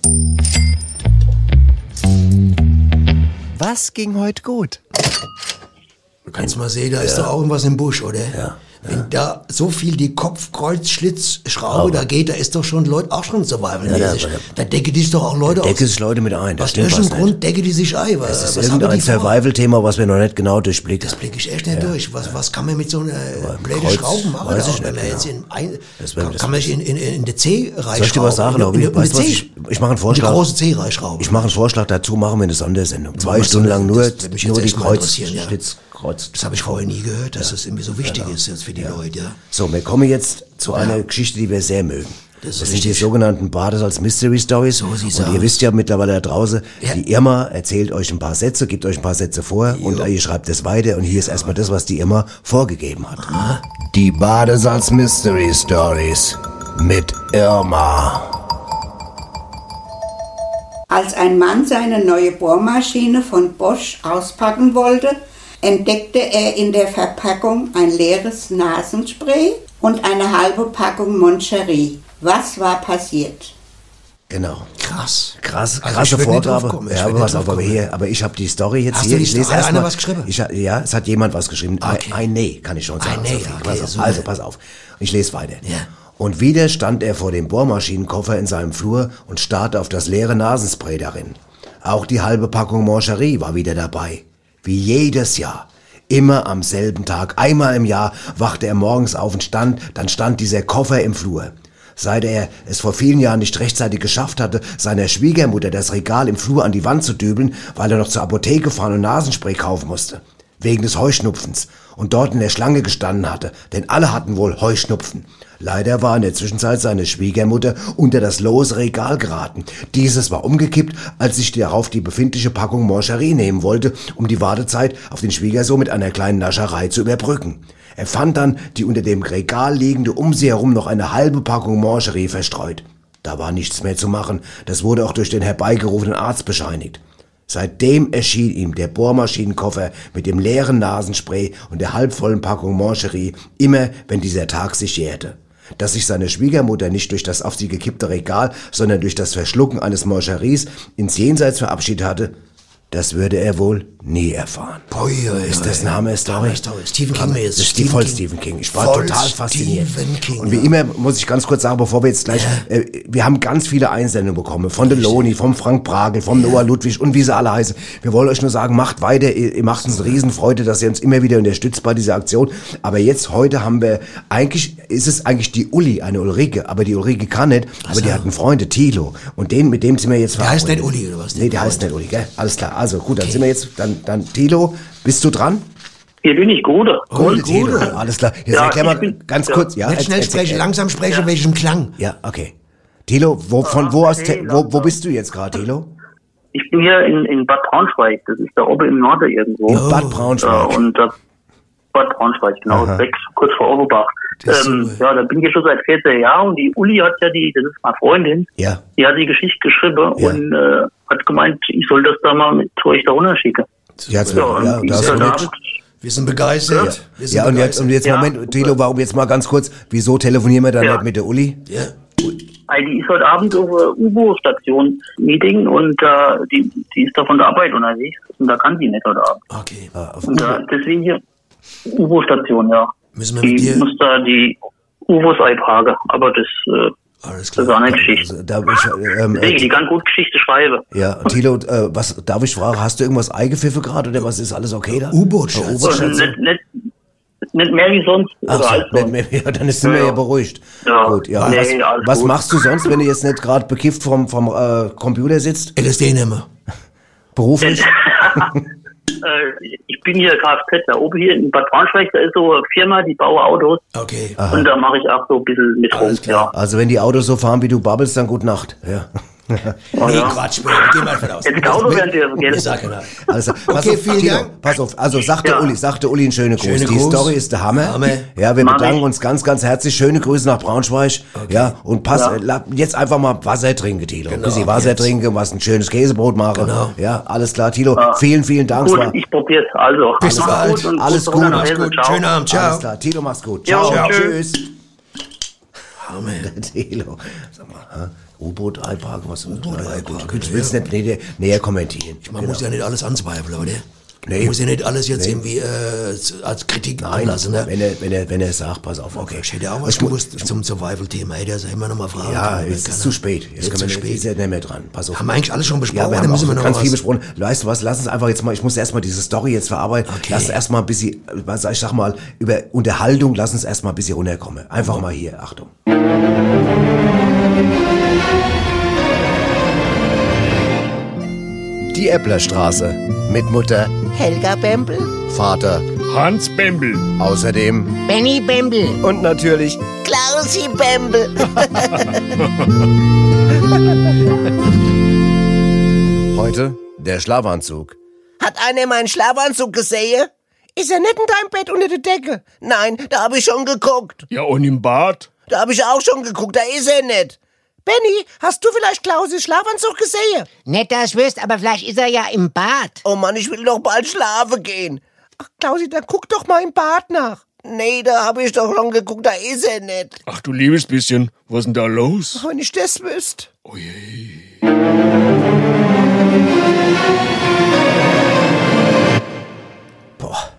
Was ging heute gut?
Du kannst mal sehen, da ist doch auch irgendwas im Busch, oder? Wenn da so viel die Kopfkreuzschlitzschraube da geht, da ist doch schon Leute auch schon survivalmäßig.
Ja, ja, aber-
da decke dich doch auch Leute
Decke
aus.
sich Leute mit ein. Das
Aus
stimmt was
welchem
nicht.
Grund decke die sich ein? Was,
Das ist
Äh, was haben die
irgendein
vor?
Survival-Thema, was wir noch nicht genau durchblicken. Das
Blick ich echt nicht durch. Was, was kann man mit so einer blöden
Kreuz
Schraube machen?
weiß
da,
ich
wenn
nicht genau.
man jetzt in ein,
Das wär-
kann,
das-
kann man sich in, in, in die C reinschrauben.
Soll ich dir was sagen,
In- in-
Lobby?
in die
Weißt du was?
C.
Ich, ich mache einen Vorschlag.
Eine große C-Reischraube.
Ich mache einen Vorschlag, dazu machen wir eine Sondersendung. Zwei
was
Stunden lang nur,
das würde mich jetzt
nur die
echt mal
Kreuz,
interessieren, ja.
Schlitz, Kreuz. Genau.
Das habe ich vorher nie gehört, dass das irgendwie so wichtig ist jetzt für die Leute. Ja.
So, wir kommen jetzt zu einer Geschichte, die wir sehr mögen.
Das
Das,
ist
sind die
richtig.
sogenannten Badesalz Mystery Stories.
sieht's
und
aus.
ihr wisst ja mittlerweile da draußen, die Irma erzählt euch ein paar Sätze, gibt euch ein paar Sätze vor und ihr schreibt es weiter. Und hier ist erstmal das, was die Irma vorgegeben hat. Die Badesalz Mystery Stories mit Irma.
Als ein Mann seine neue Bohrmaschine von Bosch auspacken wollte, entdeckte er in der Verpackung ein leeres Nasenspray und eine halbe Packung Moncherie. Was war passiert?
Genau.
Krass.
Krass,
Also
krasse
ich würd nicht drauf
Vorgabe.
kommen, ich
Ja,
würd
aber
nicht
pass auf,
drauf
aber
kommen.
hier, aber ich habe die Story jetzt
Hast
hier.
du die
ich lese
Story? Hat
erst
einer
mal-
was geschrieben?
Ich, ha- ja, es hat jemand was geschrieben. Ein, ein Nee, kann ich schon sagen.
Ein Nee,
Sophie.
okay,
pass auf.
super.
Also, pass auf. Ich lese weiter. Und wieder stand er vor dem Bohrmaschinenkoffer in seinem Flur und starrte auf das leere Nasenspray darin. Auch die halbe Packung Mancherie war wieder dabei. Wie jedes Jahr. Immer am selben Tag, einmal im Jahr, wachte er morgens auf und stand, dann stand dieser Koffer im Flur. Seit er es vor vielen Jahren nicht rechtzeitig geschafft hatte, seiner Schwiegermutter das Regal im Flur an die Wand zu dübeln, weil er noch zur Apotheke fahren und Nasenspray kaufen musste. Wegen des Heuschnupfens. Und dort in der Schlange gestanden hatte, denn alle hatten wohl Heuschnupfen. Leider war in der Zwischenzeit seine Schwiegermutter unter das lose Regal geraten. Dieses war umgekippt, als ich darauf die befindliche Packung Mancherie nehmen wollte, um die Wartezeit auf den Schwiegersohn mit einer kleinen Nascherei zu überbrücken. Er fand dann die unter dem Regal liegende um sie herum noch eine halbe Packung Mancherie verstreut. Da war nichts mehr zu machen. Das wurde auch durch den herbeigerufenen Arzt bescheinigt. Seitdem erschien ihm der Bohrmaschinenkoffer mit dem leeren Nasenspray und der halbvollen Packung Mancherie immer, wenn dieser Tag sich jährte. Dass sich seine Schwiegermutter nicht durch das auf sie gekippte Regal, sondern durch das Verschlucken eines Mancheries ins Jenseits verabschiedet hatte, das würde er wohl nie erfahren.
Boi, oi,
ist das
oi.
eine Hammer-Story?
Hammer-Story. Stephen King mir jetzt.
Das ist die
Stephen
voll
King.
Stephen King. Ich war
Voll
total fasziniert.
Stephen King,
Und wie
ja.
immer muss ich ganz kurz sagen, bevor wir jetzt gleich, äh, wir haben ganz viele Einsendungen bekommen. Von Deloni, vom Frank Pragel, vom Noah Ludwig und wie sie alle heißen. Wir wollen euch nur sagen, macht weiter. Ihr, ihr macht uns eine Riesenfreude, dass ihr uns immer wieder unterstützt bei dieser Aktion. Aber jetzt, heute haben wir, eigentlich ist es eigentlich die Uli, eine Ulrike. Aber die Ulrike kann nicht. Aber die hat einen Freund, Thilo. Und den, mit dem sind wir jetzt
Der heißt
verabredet.
nicht Uli, oder was?
Nee, der heißt nicht Uli, gell? Alles klar. Also gut, dann sind wir jetzt, dann, dann Thilo, bist du dran?
Hier bin ich Gude.
Gute, Thilo, alles klar. Jetzt
Ja,
erklär mal
ich bin-
ganz
ja.
kurz. Ja, äh,
Nicht schnell sprechen, langsam
sprechen,
Ja.
welchem Klang. Ja, okay. Thilo,
Oh,
wo, von wo aus, te- wo, wo bist du jetzt gerade, Thilo?
Ich bin hier in, in Bad Braunschweig. Das ist da oben im Norden irgendwo.
In Oh. Bad Braunschweig.
Äh, und das Bad Braunschweig, genau.
Aha.
Weg, kurz vor Oberbach. Ähm, ja, da bin ich ja schon seit 14 Jahren. Und die Uli hat ja die, das ist meine Freundin,
Ja.
die hat die Geschichte geschrieben und äh, hat gemeint, ich soll das da mal mit zu euch da runterschicken.
Ja,
ja, und
ja,
ich
da hast du
heute
mit-
Abend
Wir sind begeistert. Wir sind
ja, und jetzt,
begeistert.
und jetzt Moment, Thilo, warum jetzt mal ganz kurz, wieso telefonieren wir dann
Ja.
nicht mit der Uli?
Weil Die ist heute Abend auf der U-Boot-Station Meeting und äh, die, die ist da von der Arbeit unterwegs und da kann sie nicht heute Abend.
Okay.
und äh, deswegen hier U-Boot-Station, ja.
Müssen wir
die
mit dir-
muss da die U-Boot eintragen, aber das, äh, das ist auch eine Geschichte.
Da, ich, ähm,
Deswegen, die
äh,
kann gut Geschichte schreiben.
ja, Thilo, äh, was, darf ich fragen, hast du irgendwas eingepfiffen gerade oder was ist alles okay da?
U-Boot-Schatz.
Äh,
Also
U-Boot-Schatz.
nicht, nicht, nicht mehr wie sonst.
Ach
oder
so,
als
nicht mehr, ja, dann ist sind wir ja beruhigt.
Ja.
Gut, ja.
Nee,
was
alles
was
gut.
machst du sonst, wenn du jetzt nicht gerade bekifft vom, vom äh, Computer sitzt?
LSD nehmen.
*laughs*
Beruflich?
Äh, ich bin hier Kfz, da oben hier in Bad Braunschweig, da ist so eine Firma, die baue Autos.
Okay.
Aha.
Und da mache ich auch so ein bisschen mit rum. Ja.
Also wenn die Autos so fahren wie du babbelst, dann gute Nacht. Ja.
Oh, nee, Quatsch, Bill. Geh mal von aus.
Jetzt genau
Bill,
während ihr das Geld-
Ich sag genau.
Also, pass
Okay,
auf,
vielen
Tino,
Dank.
Pass auf, also sagt der Uli, sagt der Uli einen schönen Gruß.
Schönen
Die
Gruß.
Story ist der Hammer.
Hammer.
Ja, wir
Mach
bedanken
ich.
uns ganz, ganz herzlich. Schöne Grüße nach Braunschweig. Ja, und pass,
Ja.
äh, la- jetzt einfach mal Wasser trinken, Tilo. Ein
Genau,
bisschen Wasser
jetzt.
trinken, was ein schönes Käsebrot machen. Ja, alles klar, Tilo.
Ja.
Vielen, vielen Dank. Es
Gut,
war-
ich probier's. Also,
Bis
macht's
bald.
gut und gute
Alles gut,
Runde nach
alles
Hause.
gut.
Ciao.
Schönen Abend, ciao. Alles klar, Tilo, mach's gut.
Jo,
Ciao.
tschüss.
*laughs* Hammer. Tilo. Sag mal, hä? U-Boot einparken, was U-Boot einparken. Ich will's nicht näher, näher kommentieren. Genau. Ich
Man muss ja nicht alles anzweifeln, oder?
Nee.
Man muss ja nicht alles jetzt
Nee.
irgendwie äh, zu- als Kritik
Nein,
anlassen. Ne?
wenn, er, wenn, er, wenn er sagt, pass auf, okay.
Ich hätte auch was gewusst zum Survival-Thema. Hätte er sich immer noch mal fragen
Ja,
können.
jetzt
Keine
ist zu
Ahnung.
spät. Jetzt
Jetzt
können wir
zu
nicht-
spät.
Ist ja nicht mehr dran. Pass auf.
Haben wir eigentlich alles schon besprochen,
Ja, wir
oder
haben
müssen
auch
wir noch
ganz
was?
viel besprochen. Weißt du was, lass uns einfach jetzt mal, ich muss erstmal diese Story jetzt verarbeiten. Lass uns erstmal ein bisschen, was sag ich sag mal, über Unterhaltung, lass uns erstmal ein bisschen runterkommen. Einfach
Mhm.
mal hier, Achtung.
Die Epplerstraße mit Mutter,
Helga Bembel?
Vater Hans Bembel. Außerdem
Benny Bembel.
und natürlich
Klausi
*laughs*
Bembel.
heute der Schlafanzug.
Hat einer meinen Schlafanzug gesehen? Ist er nicht in deinem Bett unter der Decke? Nein, da habe ich schon geguckt.
Ja, und im Bad?
Da habe ich auch schon geguckt, da ist er nicht. Benny, hast du vielleicht Klausis Schlafanzug gesehen?
Nicht, dass ich wüsste, aber vielleicht ist er ja im Bad.
Oh Mann, ich will doch bald schlafen gehen. Ach, Klausi, dann guck doch mal im Bad nach. Nee, da habe ich doch schon geguckt, da ist er nicht.
Ach du liebes bisschen, was ist denn da los?
Ach, Oh, wenn ich das wüsste.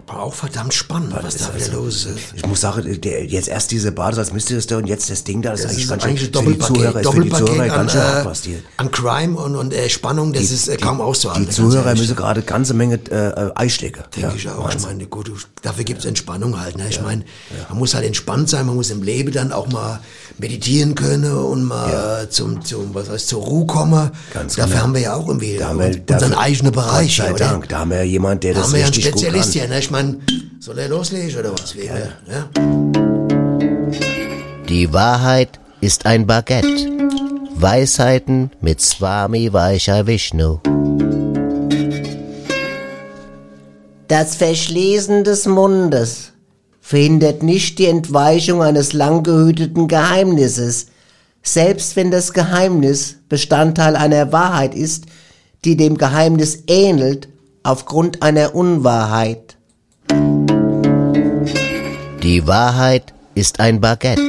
War auch verdammt spannend, was da
also-
wieder los ist.
Ich muss sagen, der, jetzt erst diese Badesalz als Mystery und jetzt das Ding da, das,
Das
ist eigentlich
ist
ganz schön,
eigentlich ein
für die
Doppelpaket,
Zuhörer, ist für die
Doppelpaket
Zuhörer
an,
ganz schön hart,
äh,
was die.
an Crime und, und äh, Spannung. Das ist äh, kaum auszuhalten.
Die
ganz
Zuhörer
ehrlich.
müssen gerade ganze Menge äh, äh, Eischläge.
Denke ich auch. Ich meine, gut, du- dafür gibt's Entspannung halt. Ne? Ich meine, man muss halt entspannt sein, man muss im Leben dann auch mal meditieren können und mal äh, zum, zum, was heißt, zur Ruhe kommen.
Ganz
dafür
genau.
haben wir ja auch irgendwie
Da haben wir,
unseren eigenen Bereich.
Gott
ja,
sei
oder?
Dank, da haben wir jemand, der
Da
das
haben wir ja einen
richtig gut kann.
Spezialist hier. Ne? Ich meine, soll er loslegen oder was? Wie, ne? ja.
Die Wahrheit ist ein Baguette. Weisheiten mit Swami Vaishya Vishnu.
Das Verschließen des Mundes verhindert nicht die Entweichung eines lang gehüteten Geheimnisses, selbst wenn das Geheimnis Bestandteil einer Wahrheit ist, die dem Geheimnis ähnelt aufgrund einer Unwahrheit.
Die Wahrheit ist ein Baguette.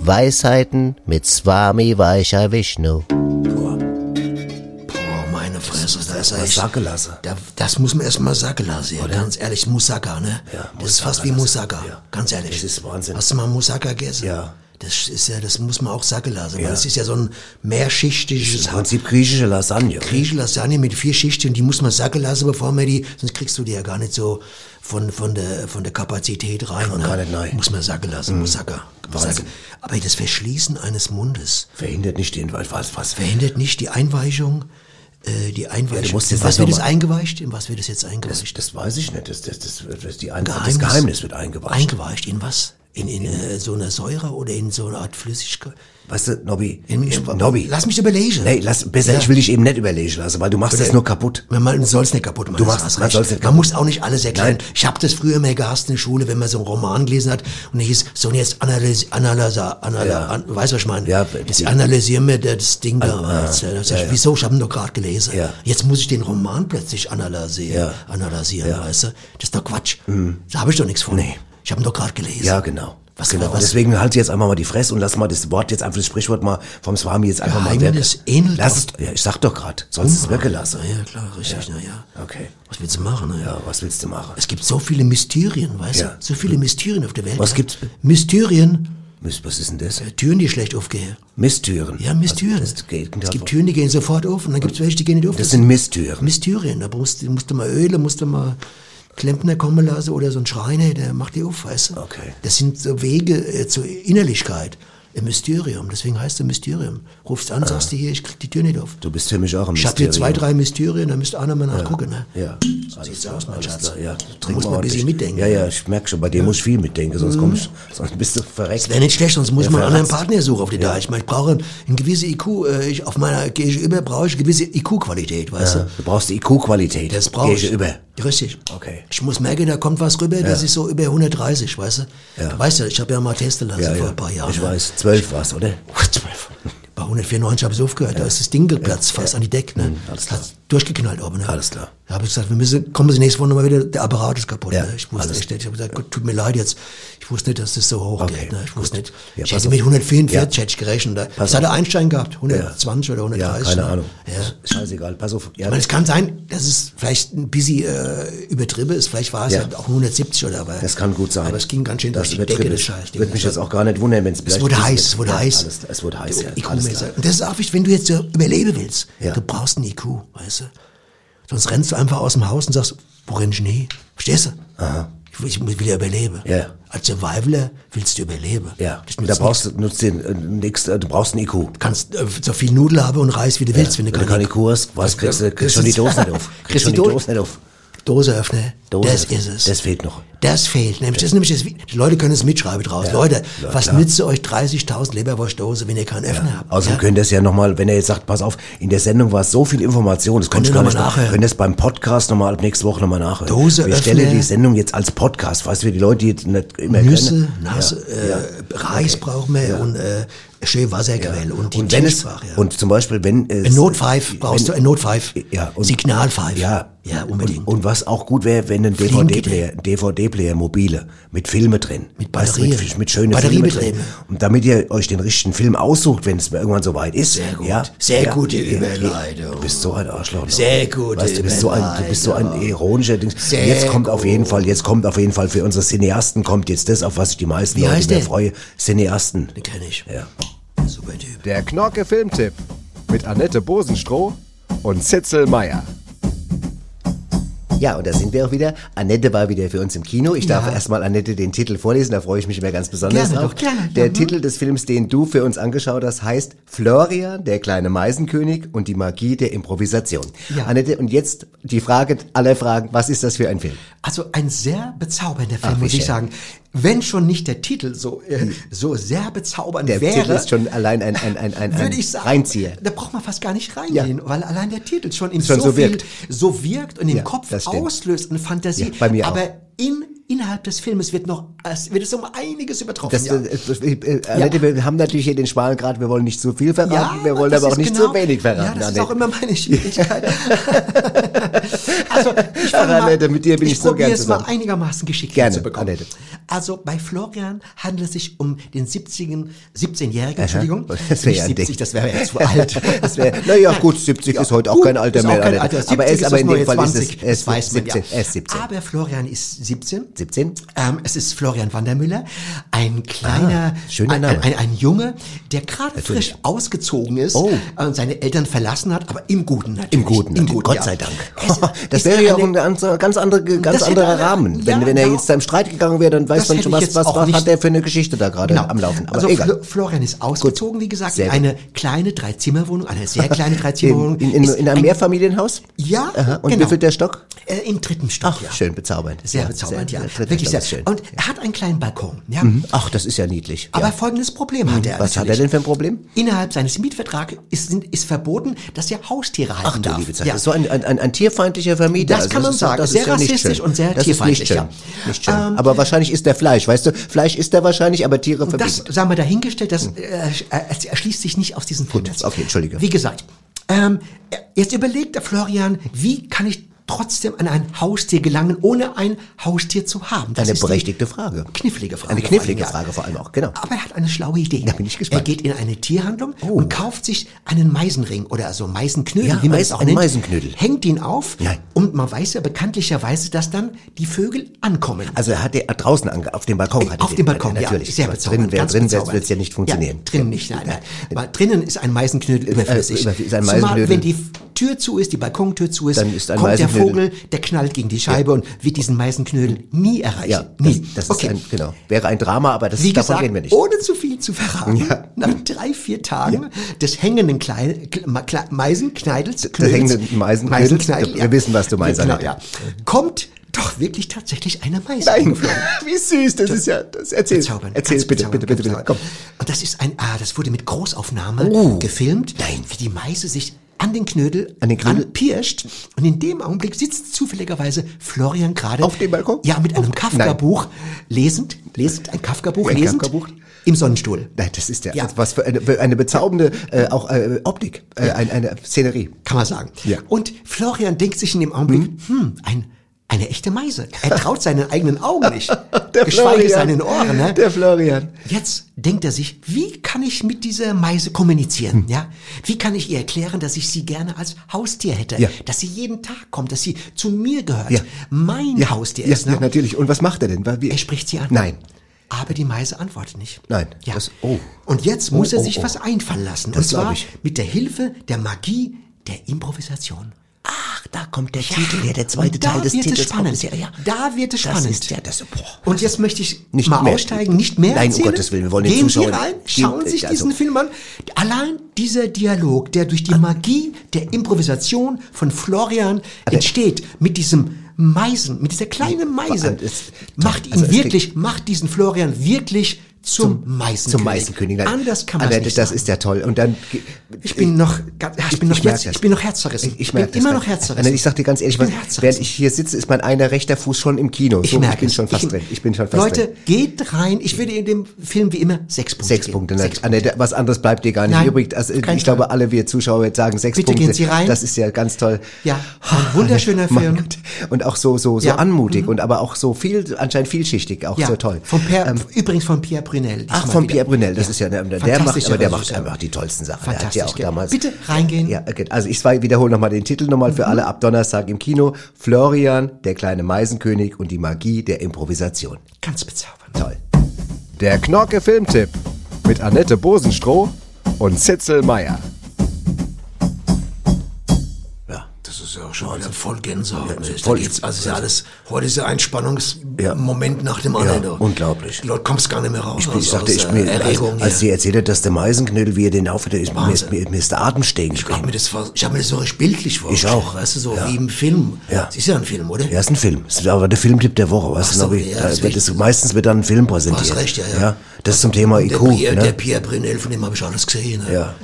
Weisheiten mit Swami Vaishya Vishnu.
Oh, meine Fresse, da ist er echt.
Sackelasse.
Da, das muss man erstmal sacken lassen, ja. Ganz ehrlich, Moussaka, ne? das ist fast wie Moussaka, ganz ehrlich. Das ist Wahnsinn. Hast du mal Moussaka gegessen? Ja. Das ist ja, das muss man auch sacken lassen, weil
Ja.
das ist ja so ein mehrschichtiges...
Im Prinzip griechische Lasagne.
Griechische Lasagne mit vier Schichten, die muss man sacken lassen, bevor man die, sonst kriegst du die ja gar nicht so von, von der, von der Kapazität rein. ne?
Kann man gar nicht Mhm. rein.
Muss man sacken lassen, Moussaka. Moussaka. Aber das Verschließen eines Mundes
Verhindert nicht den, was, was, was.
verhindert nicht die Einweichung, äh, die Einweichung.
Ja, du musst
In
jetzt
was
einfach
wird es
mal-
eingeweicht? In was wird es jetzt eingeweicht?
Das, das weiß ich nicht. Das, das, das, das, die ein, das Geheimnis wird eingeweicht.
Eingeweicht in was? In, in, äh, so einer Säure oder in so einer Art Flüssigkeit?
Weißt du, Nobby,
In-
ich,
in-
Nobby.
Lass mich überlegen.
Nee, lass, besser,
Ja.
ich will dich eben nicht überlegen lassen, weil du machst
Oder-
das nur kaputt.
Man soll es nicht kaputt machen.
Du
das
machst-
hast
man
recht.
soll's nicht
Man
kaputt
muss auch nicht alles erklären. Ich habe das früher immer gehasst in der Schule, wenn man so einen Roman gelesen hat und ich hieß, so jetzt analysieren, analyser, analyser,
Ja.
an, weißt du, was ich meine?
Ja,
jetzt analysieren wir das Ding da.
Ah,
jetzt, äh, sag ich,
ja, ja.
Wieso? Ich habe ihn doch gerade gelesen.
Ja.
Jetzt muss ich den Roman plötzlich analysieren,
Ja. Mhm.
analysieren weißt du? Das ist doch Quatsch. Da habe ich doch nichts von. Ich habe ihn doch gerade gelesen.
Ja, genau.
Was-
genau.
was-
Deswegen halt jetzt einfach mal die Fresse und lass mal das Wort jetzt einfach das Sprichwort mal vom Swami jetzt einfach
Geheimnis
mal
ähnelt
Lass es,
oft-
ja, ich sag doch gerade, sonst ist es
Unwahrheit.
weggelassen.
Na ja, klar, richtig, na ja.
Okay.
Was willst du machen? Ne?
Ja, was willst du machen?
Es gibt so viele Mysterien, weißt
Ja. Mhm.
du? So viele Mysterien auf der Welt.
Was
ja?
gibt's?
Mysterien. Äh,
Mist, was ist denn das? Also,
Türen, die schlecht aufgehen.
Misstüren.
Ja, Misstüren. es gibt Türen, die gehen sofort auf und dann gibt es welche, die gehen nicht auf.
Das sind Misstüren.
Mysterium. Da musst, du- musst du mal Öle, musst du mal Klempner kommen lassen oder so ein Schreiner, der macht die auf, weißt du?
Okay.
Das sind so Wege äh, zur Innerlichkeit. im Mysterium. Deswegen heißt er Mysterium. Rufst
Ah.
an, sagst du hier, ich krieg die Tür nicht auf.
Du bist für mich auch im
Ich hab hier zwei, drei Mysterien, da müsst ihr auch nochmal
Ja.
nachgucken. Ne?
Ja.
So sieht's aus, mein Schatz.
Ja,
da muss man ein bisschen mitdenken. ne?
Ja, ja, ich merke schon, bei dir muss ich viel mitdenken, sonst
Mhm.
komm ich, sonst bist du verreckt.
Das wäre nicht schlecht, sonst muss
Ja,
man einen anderen
verratzt.
Partner suchen auf die Dauer. Ich meine, ich brauche einen- eine gewisse IQ, äh, ich, auf meiner Gegenüber brauche ich eine gewisse IQ-Qualität, weißt
Ja,
du?
du brauchst die IQ-Qualität.
Das brauche ich.
über.
Richtig.
Okay.
Ich muss merken, da kommt was rüber, das
Ja.
ist so über 130, weißt du?
Ja.
Du weißt ja, ich habe ja mal testen lassen
Ja,
vor
ja.
ein paar Jahren.
Ich
ne?
weiß, zwölf war's, oder?
Zwölf. Bei 194 habe ich aufgehört, da ist das Ding geplatzt, fast an die Decke. Ne?
Hm, Alles
klar. Durchgeknallt oben. Ne?
Alles klar.
Da habe ich gesagt, wir müssen, kommen Sie nächste Woche nochmal wieder, der Apparat ist kaputt.
Ja,
ne? Ich wusste
alles
echt nicht, ich habe gesagt, Gott, tut mir leid jetzt, ich wusste nicht, dass das so hoch geht. Ne? Ich wusste nicht,
Ja,
ich
pass
hätte
auf.
mit 144
Ja.
hätte ich gerechnet. Ne?
Pass
Das hat
auf.
er Einstein gehabt, 120 oder 130.
Ja, keine
ne?
Ahnung.
Ja.
Scheißegal, pass auf.
Ich meine, es kann sein, dass es vielleicht ein bisschen äh, übertrieben ist, vielleicht war es
Ja.
ja. auch 170 oder aber.
Das kann gut sein.
Aber es ging ganz schön durch die
wird
Decke,
kribbelig.
das Scheißding.
Würde mich jetzt auch gar nicht wundern, wenn es
Es wurde heiß, es wurde heiß.
es wurde heiß, ja.
IQ
Alles
-mäßig.
klar.
Und das ist auch wichtig, wenn du jetzt so überleben willst.
Ja.
Du brauchst einen IQ, weißt du? Sonst rennst du einfach aus dem Haus und sagst, wo renn ich denn hin? Verstehst du? Aha. Ich will, ich will ja überleben.
Ja.
Als Survivaler willst du überleben.
Ja,
nützt
da brauchst du, nutzt den, äh, nix, äh, du brauchst einen IQ. Du
kannst äh, so viel Nudel haben und Reis, wie du willst, wenn du
keine
keine
IQ hast, was, kriegst du
Das
kriegst schon die
ist- *laughs*
Dose nicht auf.
Kriegst
schon
die
die
Dose-
Dose nicht auf.
Dose öffne. das
öffnen.
ist es.
Das fehlt noch.
Das fehlt. Nämlich, das ist nämlich das, die Leute können es mitschreiben draus.
Ja,
Leute,
ja,
was
klar.
nützt euch 30.000 Leberwurstdose, wenn ihr keinen Öffner habt?
Außerdem könnt ihr es ja nochmal, wenn er jetzt sagt, pass auf, in der Sendung war es so viel Information, das könnt
Könnt ihr
ihr gar
noch
nicht
mal nachhören.
Könnt ihr es beim Podcast nochmal ab nächste Woche nochmal nachhören.
Dose
ich
öffnen.
stelle die Sendung jetzt als Podcast, weißt du, die Leute die jetzt nicht immer
Nüsse,
können.
Nase, äh, Reis brauchen wir und äh, schön Wasserquelle und die
Und wenn es,
Tiersprache.
und zum Beispiel, wenn es,
Ein Notpfeif brauchst du, ein Notpfeif.
ja, und,
Signalpfeif.
Ja,
Ja, unbedingt.
Und, und was auch gut wäre, wenn ein
Fliegen
DVD-Player, DVD-Player mobile, mit Filme drin. Mit
Batterie.
mit, mit schönen
Batterie
Filmen
mit
drin.
drin.
Und damit ihr euch den richtigen Film aussucht, wenn es mal irgendwann soweit ist. Sehr gut. Ja,
Sehr
ja,
gute
ja,
Überleitung.
Du bist so ein Arschloch. ne?
Sehr gute
weißt, du, bist so ein, du bist so ein ironischer Ding.
Sehr
Jetzt kommt auf jeden Fall, jetzt kommt auf jeden Fall für unsere Cineasten kommt jetzt das, auf was sich die meisten
Wie
Leute
heißt
mehr
der?
freue. Cineasten.
Den kenn ich.
Ja.
Der Knorke Filmtipp mit Annette Bosenstroh und Zitzel Meier.
Ja, und da sind wir auch wieder. Annette war wieder für uns im Kino. Ich darf
Ja.
erstmal Annette den Titel vorlesen, da freue ich mich immer ganz besonders
Gerne
drauf.
doch, gerne.
Der
Mhm.
Titel des Films, den du für uns angeschaut hast, heißt Florian, der kleine Meisenkönig und die Magie der Improvisation.
Ja.
Annette, und jetzt die Frage aller Fragen, was ist das für ein Film?
Also ein sehr bezaubernder Film,
Ach, wie
muss ich
schön.
sagen. Wenn schon nicht der Titel so, äh, so sehr bezaubernd
Der
wäre,
Titel ist schon allein ein, ein, ein, ein, ein
würde ich sagen,
Reinzieher.
da braucht man fast gar nicht reingehen, weil allein der Titel schon in
Schon
so,
so
viel
wirkt.
so wirkt und im
Ja,
Kopf
das stimmt.
auslöst und Fantasie.
Ja, bei mir
Aber
auch.
In, innerhalb des Filmes wird noch es wird es um einiges übertroffen.
Das,
ja.
äh, äh, äh, Annette, wir haben natürlich hier den schmalen Grad, wir wollen nicht zu viel verraten,
Ja,
wir wollen
das
aber auch
ist
nicht
genau-
zu wenig verraten.
Ja, das ist
Annette.
auch immer
*laughs*
meine Schwierigkeit. *laughs* also, ich
Ach,
fange mal-
Annette, mit dir bin ich so
probiere
gern
es mal
zusammen.
einigermaßen geschickt
Gerne,
hinzubekommen.
Annette.
Also bei Florian handelt es sich um den 70 17-Jährigen,
Aha.
Entschuldigung.
Das wäre
Nicht
ja ein
70,
Ding.
das wäre ja
*laughs*
zu alt.
das wär, na ja, gut, 70 ist heute auch kein Alter
ist auch
mehr.
kein
Annette.
Alter.
aber er
70
ist aber
das
in dem
neue
Fall ist
20,
es, er ist
das weiß man
17,
ja.
er ist 17.
Aber Florian ist 17.
17?
Ähm, es ist Florian Wandermüller, ein kleiner,
Ah, schöner
ein,
Name.
Ein, ein, ein Junge, der gerade
Natürlich.
frisch ausgezogen ist
Oh.
und seine Eltern verlassen hat, aber im Guten natürlich.
Im Guten,
also
Im Guten
Gott
ja.
sei Dank.
Es
Das
ist
wäre ja auch
eine-
ein ganz, ganz, andere, ganz
hätte
anderer
eine-
Rahmen. Wenn,
ja,
wenn er
genau.
jetzt da im Streit gegangen wäre, dann
Das
weiß man
hätte
schon,
ich
was,
jetzt
was,
auch
was
nicht-
hat der für eine Geschichte da gerade am Laufen. Aber
also
egal.
Flo- Florian ist ausgezogen, wie gesagt,
Sehr
in
gut.
eine kleine Dreizimmerwohnung, eine sehr kleine Dreizimmerwohnung.
*laughs* In, in, in,
Ist
in einem
ein-
Mehrfamilienhaus?
Ja,
Aha. Und
genau.
wie viel der Stock?
äh, Im dritten Stock, ja.
Schön bezaubernd.
Sehr bezaubernd, ja.
der dritte
Wirklich
Stock
sehr.
ist schön.
Und er hat einen kleinen Balkon, ja.
Mhm. Ach, das ist ja niedlich.
Aber
ja. Mhm.
folgendes Problem hat er. also
Was hat er denn für ein Problem?
Innerhalb seines Mietvertrags ist, sind- ist verboten, dass er Haustiere halten
Ach du
darf.
liebe Zeit,
Ja.
das ist so ein, ein, ein, ein tierfeindlicher Vermieter.
Das kann man
ist-
sagen.
das
Sehr
ist ja nicht
rassistisch
schön.
und sehr
das ist nicht
tierfeindlich,
schön.
ja.
Nicht schön.
Ähm,
aber wahrscheinlich ist der Fleisch, weißt du? Fleisch ist er wahrscheinlich, aber Tiere
Das,
verbietet.
sagen wir dahingestellt, das
Mhm.
äh, er- erschließt sich nicht aus diesem Film.
Okay, entschuldige.
Wie gesagt, ähm, jetzt überlegt der Florian, wie kann ich trotzdem an ein Haustier gelangen, ohne ein Haustier zu haben? Das
Eine
ist die
berechtigte Frage.
knifflige Frage.
Eine knifflige
vor allem,
Frage vor allem auch, genau.
Ja. Aber er hat eine schlaue Idee. Da bin ich
gespannt. Oh.
Er geht in eine Tierhandlung und kauft sich einen Meisenring oder so Meisenknödel,
Ja,
wie man
Meis-
es auch
einen
nennt.
Meisenknödel.
Hängt ihn auf
Nein.
und man weiß ja bekanntlicherweise, dass dann die Vögel ankommen.
Also er hat den äh, draußen ange auf dem Balkon hat er
Auf
den,
dem Balkon, ja,
natürlich.
sehr
Aber
bezaubernd,
Drinnen, wär-
ganz
drinnen
bezaubernd.
wird es ja nicht funktionieren.
Ja, drinnen nicht, nein, nein. Weil drinnen ist ein Meisenknödel überflüssig.
äh, ist ein
Zumal,
Meisenknödel-
wenn die Tür zu ist, die Balkontür zu ist,
Dann ist ein
kommt der
Meisenknödel-
Vogel, der knallt gegen die Scheibe und wird diesen Meisenknödel nie erreichen.
Ja,
nie.
das, das ist ein, genau. Wäre ein Drama, aber das
Wie
davon
gesagt, oh,
reden wir nicht.
ohne zu viel viel zu verraten. Nach drei, vier Tagen des hängenden Kleid, Kle Meisenkneidels.
Der hängenden Meisenknödel?
Meisenkneidel,
Wir wissen, was du meinst,
Genau,
Annette.
ja. Kommt doch wirklich tatsächlich eine Meise.
Nein.
angeflogen.
*laughs* Wie süß, das ist ja. Das, erzähl. Erzähl,
Ganz
bitte,
bezaubernd,
bitte, bitte,
ganz
bitte. Komm.
Und das ist ein, ah, das wurde mit Großaufnahme
Oh.
gefilmt, wie die Meise sich an den Knödel, an
den Knödel?
pirscht. Und in dem Augenblick sitzt zufälligerweise Florian gerade auf dem Balkon. Ja, mit einem Kafka-Buch lesend, lesend ein Kafka-Buch
Ein
lesend
Kafka-Buch?
im Sonnenstuhl.
Nein, das ist ja, also
Ja.
was für eine, für eine bezaubernde äh, auch äh, Optik, äh, ein, eine Szenerie.
Kann man sagen.
Ja.
Und Florian denkt sich in dem Augenblick, hm, ein, eine echte Meise. Er traut seinen eigenen Augen
*laughs*
nicht. geschweige seinen Ohren. Ne?
Der Florian.
Jetzt denkt er sich, wie kann ich mit dieser Meise kommunizieren?
Hm.
Ja? Wie kann ich ihr erklären, dass ich sie gerne als Haustier hätte?
Ja.
Dass sie jeden Tag kommt, dass sie zu mir gehört.
Ja.
Mein
Ja,
Haustier
ja,
ist. Ne?
ja, natürlich. Und was macht er denn? Weil wir-
Er spricht sie an.
Nein.
Aber die Meise antwortet nicht.
Nein.
Ja.
Das, oh.
Und jetzt muss
Oh,
er
oh,
sich
oh.
was einfallen lassen.
Das
und zwar
glaub ich.
mit der Hilfe der Magie der Improvisation. Ach, da kommt der
Titel her, der zweite
und da
Teil des
wird es
Titels kommt
Spannend.
es her, ja.
Da wird es
Das
spannend.
ist ja das-
und jetzt möchte ich
Nicht
mal
mehr.
aussteigen, nicht mehr
Nein, um
erzählen.
Gottes Willen, wir wollen den
Gehen Sie
Zuschauern-
rein,
Die-
schauen
also-
sich
Ah.
diesen Film an. Allein dieser Dialog, der durch die Magie der Improvisation von Florian entsteht, mit diesem Meisen, mit dieser kleinen Meise, macht ihn
also es
wirklich, macht diesen Florian wirklich zum, Meisenkönig.
Zum Meisenkönig. Nein.
Anders kann man
Annette,
es nicht
das ist ja toll. Und dann.
Ich bin noch, ga- ja, ich bin noch, jetzt, ich bin noch herzerrissen. Ich, bin
merk das
immer
grad.
noch herzerrissen.
Annette, ich sag dir ganz ehrlich,
Ich bin
was, während ich hier sitze, ist mein einer rechter Fuß schon im Kino.
Ich
so,
merk
ich bin
es.
schon fast
Ich-
drin. Ich bin schon fast
Leute,
drin.
geht rein. Ich würde in dem Film wie immer sechs Punkte
Sechs
geben.
Punkte, Annette. Annette, was anderes bleibt dir gar nicht
Nein,
übrig. Also,
kein
ich glaube, alle wir Zuschauer jetzt sagen sechs
Bitte
Punkte.
gehen Sie rein.
Das ist ja ganz toll.
Ja, ein wunderschöner
*laughs* Mein
Film.
Gott. Und auch so, so, so
Ja.
anmutig
Mhm.
und aber auch so viel, anscheinend vielschichtig, auch
Ja.
so toll. Ähm,
Von per, übrigens von Pierre Brunel.
Ach,
diesmal
von
wieder.
Pierre Brunel, das ist ja, ne, der, der macht,
Fantastischer
aber der macht
Regisseur.
einfach die tollsten Sachen. Der hat ja auch
Fantastisch, gell?
damals.
Bitte reingehen.
Ja, okay. also ich zwei- wiederhole nochmal den Titel nochmal für alle ab Donnerstag im Kino. Florian, der kleine Meisenkönig und die Magie der Improvisation.
Ganz bezaubernd.
Toll. Der Knorke Filmtipp mit Annette Bosenstroh und Sitzel Meier.
Das ist ja auch schon wieder voll Gänsehaut. Ja,
voll.
voll. Da geht's, also ist ja alles, heute ist ja ein Spannungsmoment nach dem anderen.
Ja,
da.
unglaublich.
Die Leute kommst gar nicht mehr raus.
Ich, bin, ich
Oh, aus-
sagte,
aus
ich
der
bin,
Erregung
als, als
hier.
sie erzählt hat, dass der Meisenknödel, wie er den aufhört, ist mir, ist, mir, mir ist der Atem stehen
Ich hab
gekommen.
mir das, vor- ich hab mir das so richtig bildlich vorgestellt.
auch.
Weißt du, so
Ja.
wie im Film.
Ja.
Das ist ja ein Film, oder?
Ja, ist ein Film. Ist aber der Filmtipp der Woche, weißt
Ach
du?
so,
Nobby?
ja,
da
ist
wird es, meistens wird dann ein Film präsentiert.
recht, ja, ja.
das zum Thema IQ.
Der, Pierre,
ne?
der Pierre Brunel, von dem habe ich alles gesehen. ne?
Ja.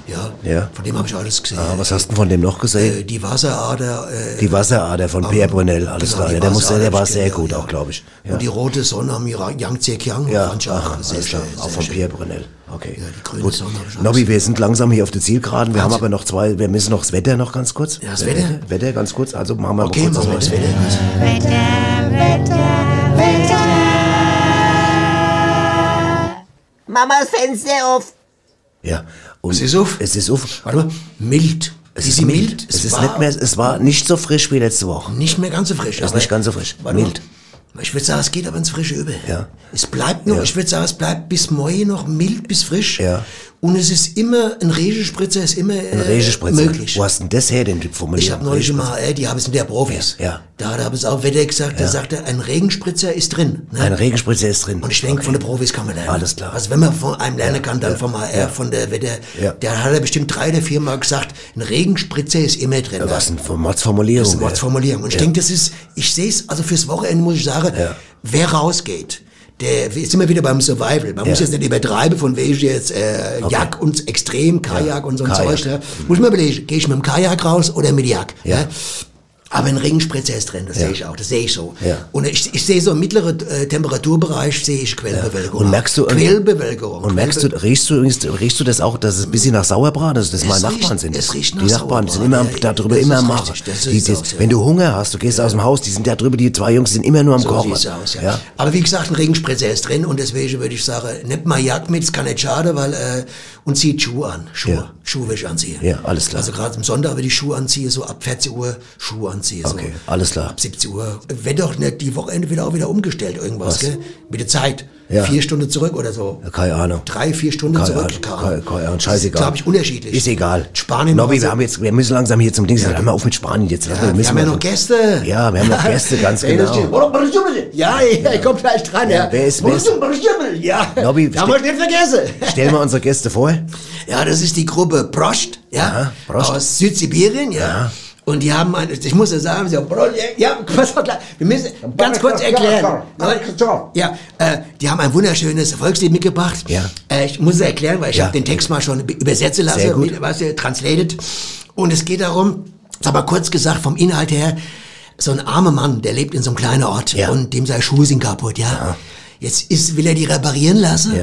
ja.
ja.
Von dem habe ich alles gesehen. Äh,
Ah, was hast du denn von dem noch gesehen?
Die Wasserader äh,
die Wasserader von Pierre Brunel, alles
genau,
klar.
die
Ja, der, muss,
Wasserader
der war
hab ich
sehr
gesehen,
gut auch, glaube ich. Ja.
und die rote Sonne am Ira- Yangtze Kiang.
ja,
fand ich
ach,
auch sehr
alles klar.
schön.
Auch
sehr
von
schön.
Pierre Brunel. Okay. Ja, die
grüne Sonne hab ich auch
Nobby, wir sind langsam hier auf der Zielgeraden. Wir haben
Wahnsinn.
aber noch zwei, wir müssen noch das Wetter noch ganz kurz. Ja,
das Wetter?
Wetter ganz kurz. Also machen wir
Okay,
mal kurz
machen wir das Wetter.
Mamas Fenster auf.
Ja. Und es ist auf. Es ist auf.
Warte mal, mild.
Es
Ist
ist
sie
mild.
mild?
Es,
Es
ist
war-
nicht mehr, es war Ah, nicht so frisch wie letzte Woche.
Nicht mehr ganz so frisch.
Es ist
aber-
nicht ganz so frisch.
Warte
Mild.
Mal. Ich würde sagen, es geht aber ins Frische über.
Ja.
Es bleibt noch,
Ja.
ich würde sagen, es bleibt bis morgen noch mild bis frisch.
Ja.
Und es ist immer, ein Regespritzer ist immer
Ein
äh,
Regespritzer.
möglich.
Wo hast denn das her, den Typ formuliert?
Ich habe neulich mal, ey, die haben es mit der Profis.
Ja.
Da hat er es auch Wetter gesagt, da sagt er, ein Regenspritzer ist drin. ne?
Ein Regenspritzer ist drin.
Und ich denke, von den Profis kann man lernen.
Alles klar.
Also wenn man von einem lernen kann, dann vom HR, von der Wetter,
Ja.
der hat er bestimmt drei oder vier Mal gesagt, ein Regenspritzer ist immer drin.
Was denn für
Das
Mordsformulierung?
ist eine Wortformulierung. Und ich
Ja.
denke, das ist, ich sehe es, also fürs Wochenende muss ich sagen, wer rausgeht, der ist immer wieder beim Survival. Man
Ja.
muss jetzt nicht übertreiben, von wegen jetzt äh,
Okay.
Jack und Extrem, Kajak und so ein
Kajak.
Zeug. Ne? Muss man überlegen, gehe ich mit dem Kajak raus oder mit Jack?
Ja.
Ne? Aber ein Regenspritzer ist drin, das
Ja.
sehe ich auch, das sehe ich so.
Ja.
Und ich, ich sehe so im mittleren äh, Temperaturbereich, sehe ich Quellbewölkung.
Und merkst du,
Quellbewölkung.
Und merkst du, riechst du, riechst, riechst du das auch, dass es ein bisschen nach Sauerbraten ist, dass das meine Nachbarn sind?
es riecht nach
die Nachbarn die sind immer am- da drüber
das
immer am
ist
Machen.
richtig, das
Die-
ist
die-
auch so.
Wenn du Hunger hast, du gehst aus dem Haus, die sind da drüber, die zwei Jungs sind immer nur am
So
Kochen.
sieht's aus, ja. Aber wie gesagt, ein Regenspritzer ist drin und deswegen würde ich sagen, nehmt mal Jagd mit, es kann nicht schade, weil, äh, und zieht Schuhe an, Schuhe,
Ja.
Schuhe will ich anziehen.
Ja, alles klar.
Also gerade am Sonntag würde ich Schuhe anziehen, so ab 14 Uhr Schuhe anziehe. So.
Okay, alles klar.
17 Uhr. Wenn doch nicht, die Wochenende wird auch wieder umgestellt, irgendwas,
Was?
gell? Mit der Zeit.
Ja.
Vier Stunden zurück oder so.
Äh, Keine Ahnung.
Drei, vier Stunden
keine Ahnung,
zurückgefahren.
keine, keine Ahnung, scheißegal.
Glaub ich, unterschiedlich.
Ist egal.
Spanien
Nobby,
war so-
wir, haben jetzt, wir müssen langsam hier zum Ding. Hör mal auf mit Spanien jetzt. Lass mal,
wir
müssen
haben ja
mal-
noch Gäste.
Ja, wir
*laughs*
haben noch Gäste, ganz
Der
genau.
steht- Ja, ja, ich komm gleich dran, ja.
wer ist- wer ist-
Ja,
Nobby,
da wollt ihr nicht vergessen.
Stell mal unsere Gäste vor.
Ja, das ist die *laughs* Gruppe Prost, ja, aus Südsibirien, ja. Und die haben, ein, ich muss ja sagen, sie haben, Prost, ja, *laughs* pass auf, wir müssen ganz kurz erklären. Ja, äh, die haben ein wunderschönes Volkslied mitgebracht.
Ja.
Äh, ich muss es erklären, weil ich
Ja.
habe den Text mal schon be- übersetzen lassen,
Sehr gut.
mit- was ihr translated. Und es geht darum, ist aber kurz gesagt vom Inhalt her, so ein armer Mann, der lebt in so einem kleinen Ort und dem sei Schuhe sind kaputt, ja. Jetzt ist, will er die reparieren lassen,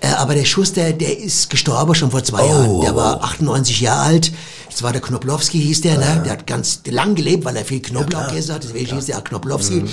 äh, aber der Schuster, der ist gestorben schon vor zwei
Oh.
Jahren. Der war 98 Jahre alt. Das war der Knoblowski, hieß der, ne? Der hat ganz lang gelebt, weil er viel Knoblauch gegessen hat. Deswegen hieß der auch Knoblowski.
Mhm.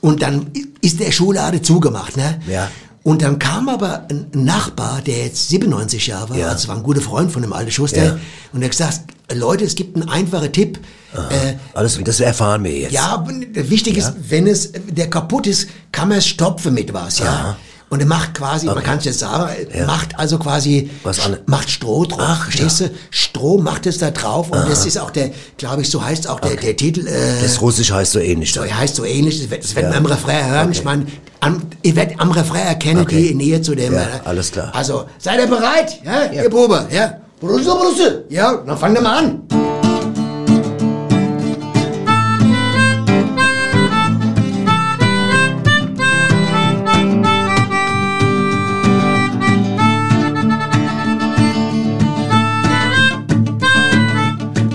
Und dann i- ist der Schuhladen zugemacht, ne?
Ja.
Und dann kam aber ein Nachbar, der jetzt 97 Jahre war,
Ja.
also war ein guter Freund von dem alten Schuster,
Ja.
und er hat gesagt, Leute, es gibt einen einfachen Tipp. Äh,
Alles, das erfahren wir jetzt.
ja, aber wichtig
Ja.
ist, wenn es äh, der kaputt ist, kann man es stopfen mit was, ja.
Aha.
Und er macht quasi, man kann es jetzt sagen, er
Ja.
macht also quasi,
Was an-
macht Stroh drauf. Ach, verstehst du? Stroh macht es da drauf und
Aha.
das ist auch der, glaube ich, so heißt auch der, der Titel. Äh,
das Russisch heißt so ähnlich.
so heißt so ähnlich, das wird- das wird
Ja.
man am Refrain hören. Ich meine, am, ihr werdet am Refrain erkennen, die Nähe zu dem.
Ja,
äh,
alles klar.
Also, seid ihr bereit? Ja, ihr Probe, ja. Brusse, Brusse. Ja, dann fangen wir mal an.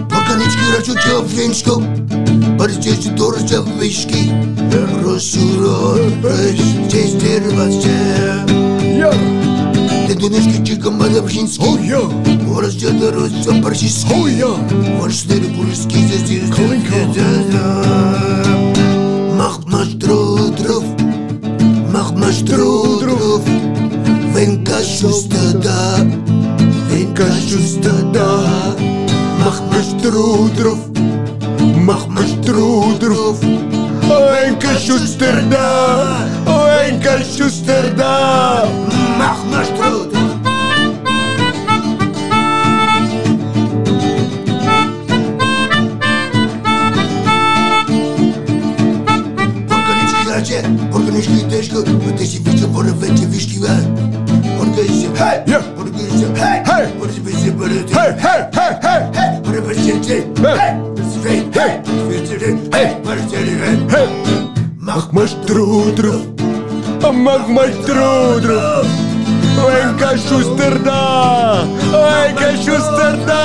Поконечки рачуча венчко, Парчечи торча вишки, Росуро прочести рваче. Ты дунешки чиком бадавшинский, Oh yeah! Ворожча дорожча парчиски, Oh yeah! Варштери пурски застир Махмаш трудров, Махмаш трудров, Венка шуста да, Венка шуста да. Махмаш Трудров, Махмаш Трудров, Оленька Шустерда, Оленька Шустерда, Махмаш Трудров. Organizirace, organizli teşkı, ötesi vici bora vece vişki ver. Organizim, hey, organizim, hey, hey, organizim, hey, hey, hey, hey, hey, organizim, hey, hey, hey, hey, hey, Махмаш Трудров, Махмаш Трудров, Оленька Шустерда, Оленька Шустерда,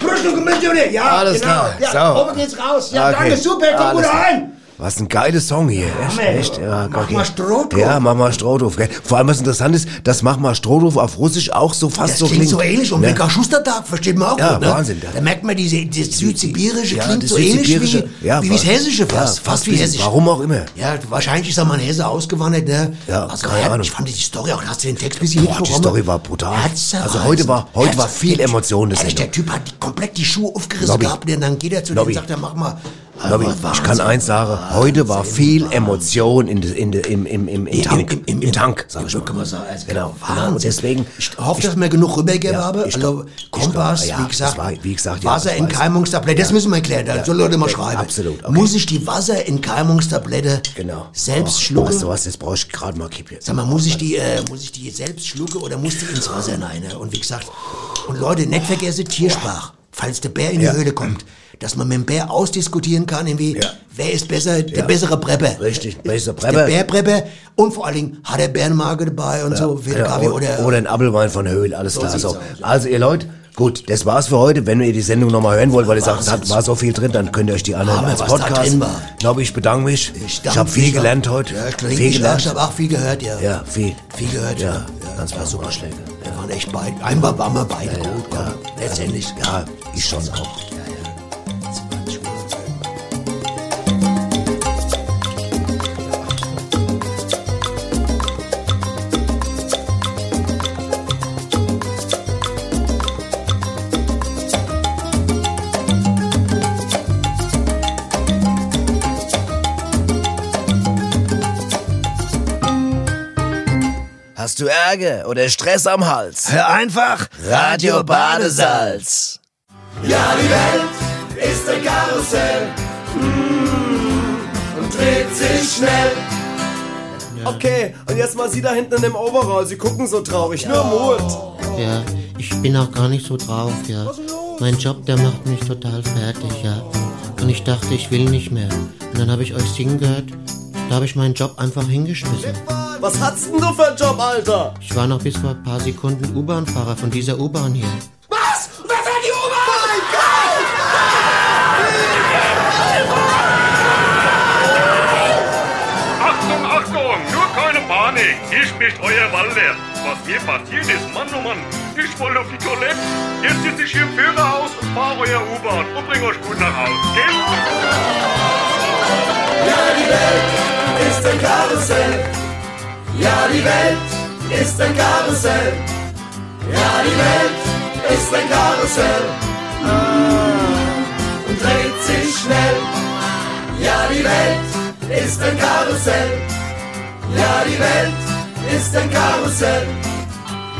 Dankeschön. Ja,
Alles
genau.
klar.
Ja,
So. Ah,
oben geht's raus. Ja,
Okay.
danke, super, komm
Alles
gut
klar.
rein.
Was ein geiles Song hier. echt,
Mann.
echt. Ja,
Mach
okay.
mal Strohdorf.
Ja, mach mal Strohdorf. gell. Vor allem, was interessant ist, dass Mach mal Strohdorf auf Russisch auch so fast
Das
so
klingt
klingt.
so ähnlich und
Ne?
Mika Schustertag versteht man auch
Ja,
gut, ne?
Wahnsinn.
Da merkt man, diese, das Südsibirische
Ja,
klingt
das
so ähnlich wie,
Südsibirische. Ja,
wie das
wa-
Hessische
ja,
fast. fast wie
wie-
Hessisch.
warum auch immer.
Ja, wahrscheinlich ist er mal in Hesse ausgewandert, ne?
Ja,
also,
keine
er,
Ahnung.
Ich fand die Story auch, hast du den Text bis hier
Boah, die Story war brutal. Also heute war, heute war viel Emotion. Das
Ehrlich, der Typ hat die- komplett die Schuhe aufgerissen
Lobby.
gehabt und dann geht er zu dem und
Lobby.
sagt, er, mach mal.
Aber Lobby, ich kann eins sagen, heute war viel Emotion in, de- in, de- im, im, im, im Tank. Im, Tank, sag ich mal. Genau. genau. Und deswegen,
Also, Ich hoffe, dass wir genug rübergegeben
Ja,
haben.
ich
Also Kompass,
glaub, ja,
wie gesagt,
das war- wie gesagt, ja, das
Wasserentkeimungstablette, das
weiß.
müssen wir erklären, da
Ja,
sollen Leute mal
ja,
schreiben.
absolut, okay.
Muss ich die Wasserentkeimungstablette
genau.
selbst
Ach,
schlucken?
Weißt du was, jetzt brauche ich gerade mal Kippe.
Sag mal, muss ich, die, äh, muss ich die jetzt selbst schlucken oder muss die ins Wasser rein? Ne? Und wie gesagt, und Leute, nicht vergessen, Tiersprach. Falls der Bär in die
Ja.
Höhle kommt, dass man mit dem Bär ausdiskutieren kann, irgendwie,
Ja.
wer ist besser, der
Ja.
bessere Prepper.
Richtig, besser
Der
Prepper.
Bärprepper und vor allen Dingen hat er Bärenmarke dabei und so, wie der
Ja,
Kaffee
o-
oder,
oder ein Apfelwein von Höhl, alles
So
klar.
sieht's
So. Also ihr Leute, gut, das war's für heute. Wenn ihr die Sendung nochmal hören wollt, weil ihr sagt, es hat, war so viel drin, dann könnt ihr euch die anhören
Hammer,
als
was da
Podcast.
drin war.
Ich glaube, ich bedanke mich. Ich,
danke
habe viel
dich auch.
gelernt heute.
Ja, klingt
viel
nicht
gelernt.
schlecht, ich hab auch viel gehört, ja.
Ja, viel.
Viel gehört,
ja.
ja.
ganz war super schlecht.
Wir waren echt beide. Einmal waren wir beide gut, komm. Letztendlich.
Ja, ich schon auch.
Ja, ja.
hast du Ärger oder Stress am Hals?
Hör einfach
Radio Badesalz.
Ja, die Welt ist ein Karussell
mm, und dreht sich schnell. Okay, und jetzt mal Sie da hinten in dem Overall. Sie gucken so traurig. Nur Mut.
Ja, ich bin auch gar nicht so drauf, ja. Mein Job, der macht mich total fertig, ja. Und ich dachte, ich will nicht mehr. Und dann habe ich euch singen gehört. Da habe ich meinen Job einfach hingeschmissen.
Was hast denn du für einen Job, Alter?
Ich war noch bis vor ein paar Sekunden U-Bahn-Fahrer von dieser U-Bahn hier.
Was? Wer fährt die U-Bahn?
Achtung, Achtung, nur keine Panik. Hier spricht euer Walder. Was hier passiert ist, Mann, oh Mann, ich wollte auf die Toilette. Jetzt sitze ich hier im Führerhaus und fahre euer U-Bahn und bringe euch gut nach Hause, gell?
Ja, die Welt ist ein Karussell. Ja, die Welt ist ein Karussell. Ja, die Welt ist ein Karussell. Mm, und dreht sich schnell. Ja, die Welt ist ein Karussell. Ja, die Welt ist ein Karussell.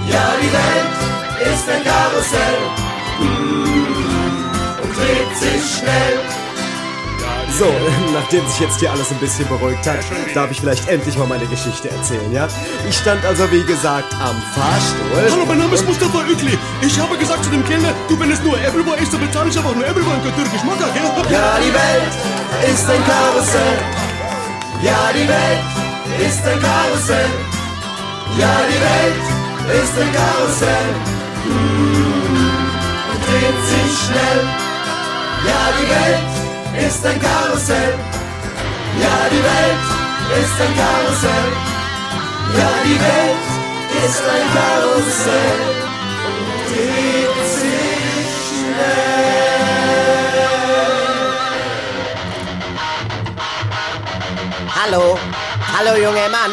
Ja, die Welt ist ein Karussell. Mm, und dreht sich schnell.
So, *laughs* nachdem sich jetzt hier alles ein bisschen beruhigt hat, darf ich vielleicht endlich mal meine Geschichte erzählen, ja? Ich stand also, wie gesagt, am Fahrstuhl.
Hallo, mein Name ist Mustafa Ökli. Ich habe gesagt zu dem Kellner, du, wenn es nur Everywhere ist, dann bezahle ich aber auch nur Everywhere und türkisch Macker, gell?
Ja, die Welt ist ein Karussell. Ja, die Welt ist ein Karussell. Ja, die Welt ist ein Karussell. Mm, und dreht sich schnell. Ja, die Welt ist ein Karussell. Ja, die Welt ist ein Karussell. Ja, die Welt ist ein Karussell. Und dreht sich
Hallo, hallo junger Mann.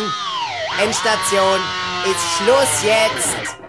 Endstation ist Schluss jetzt.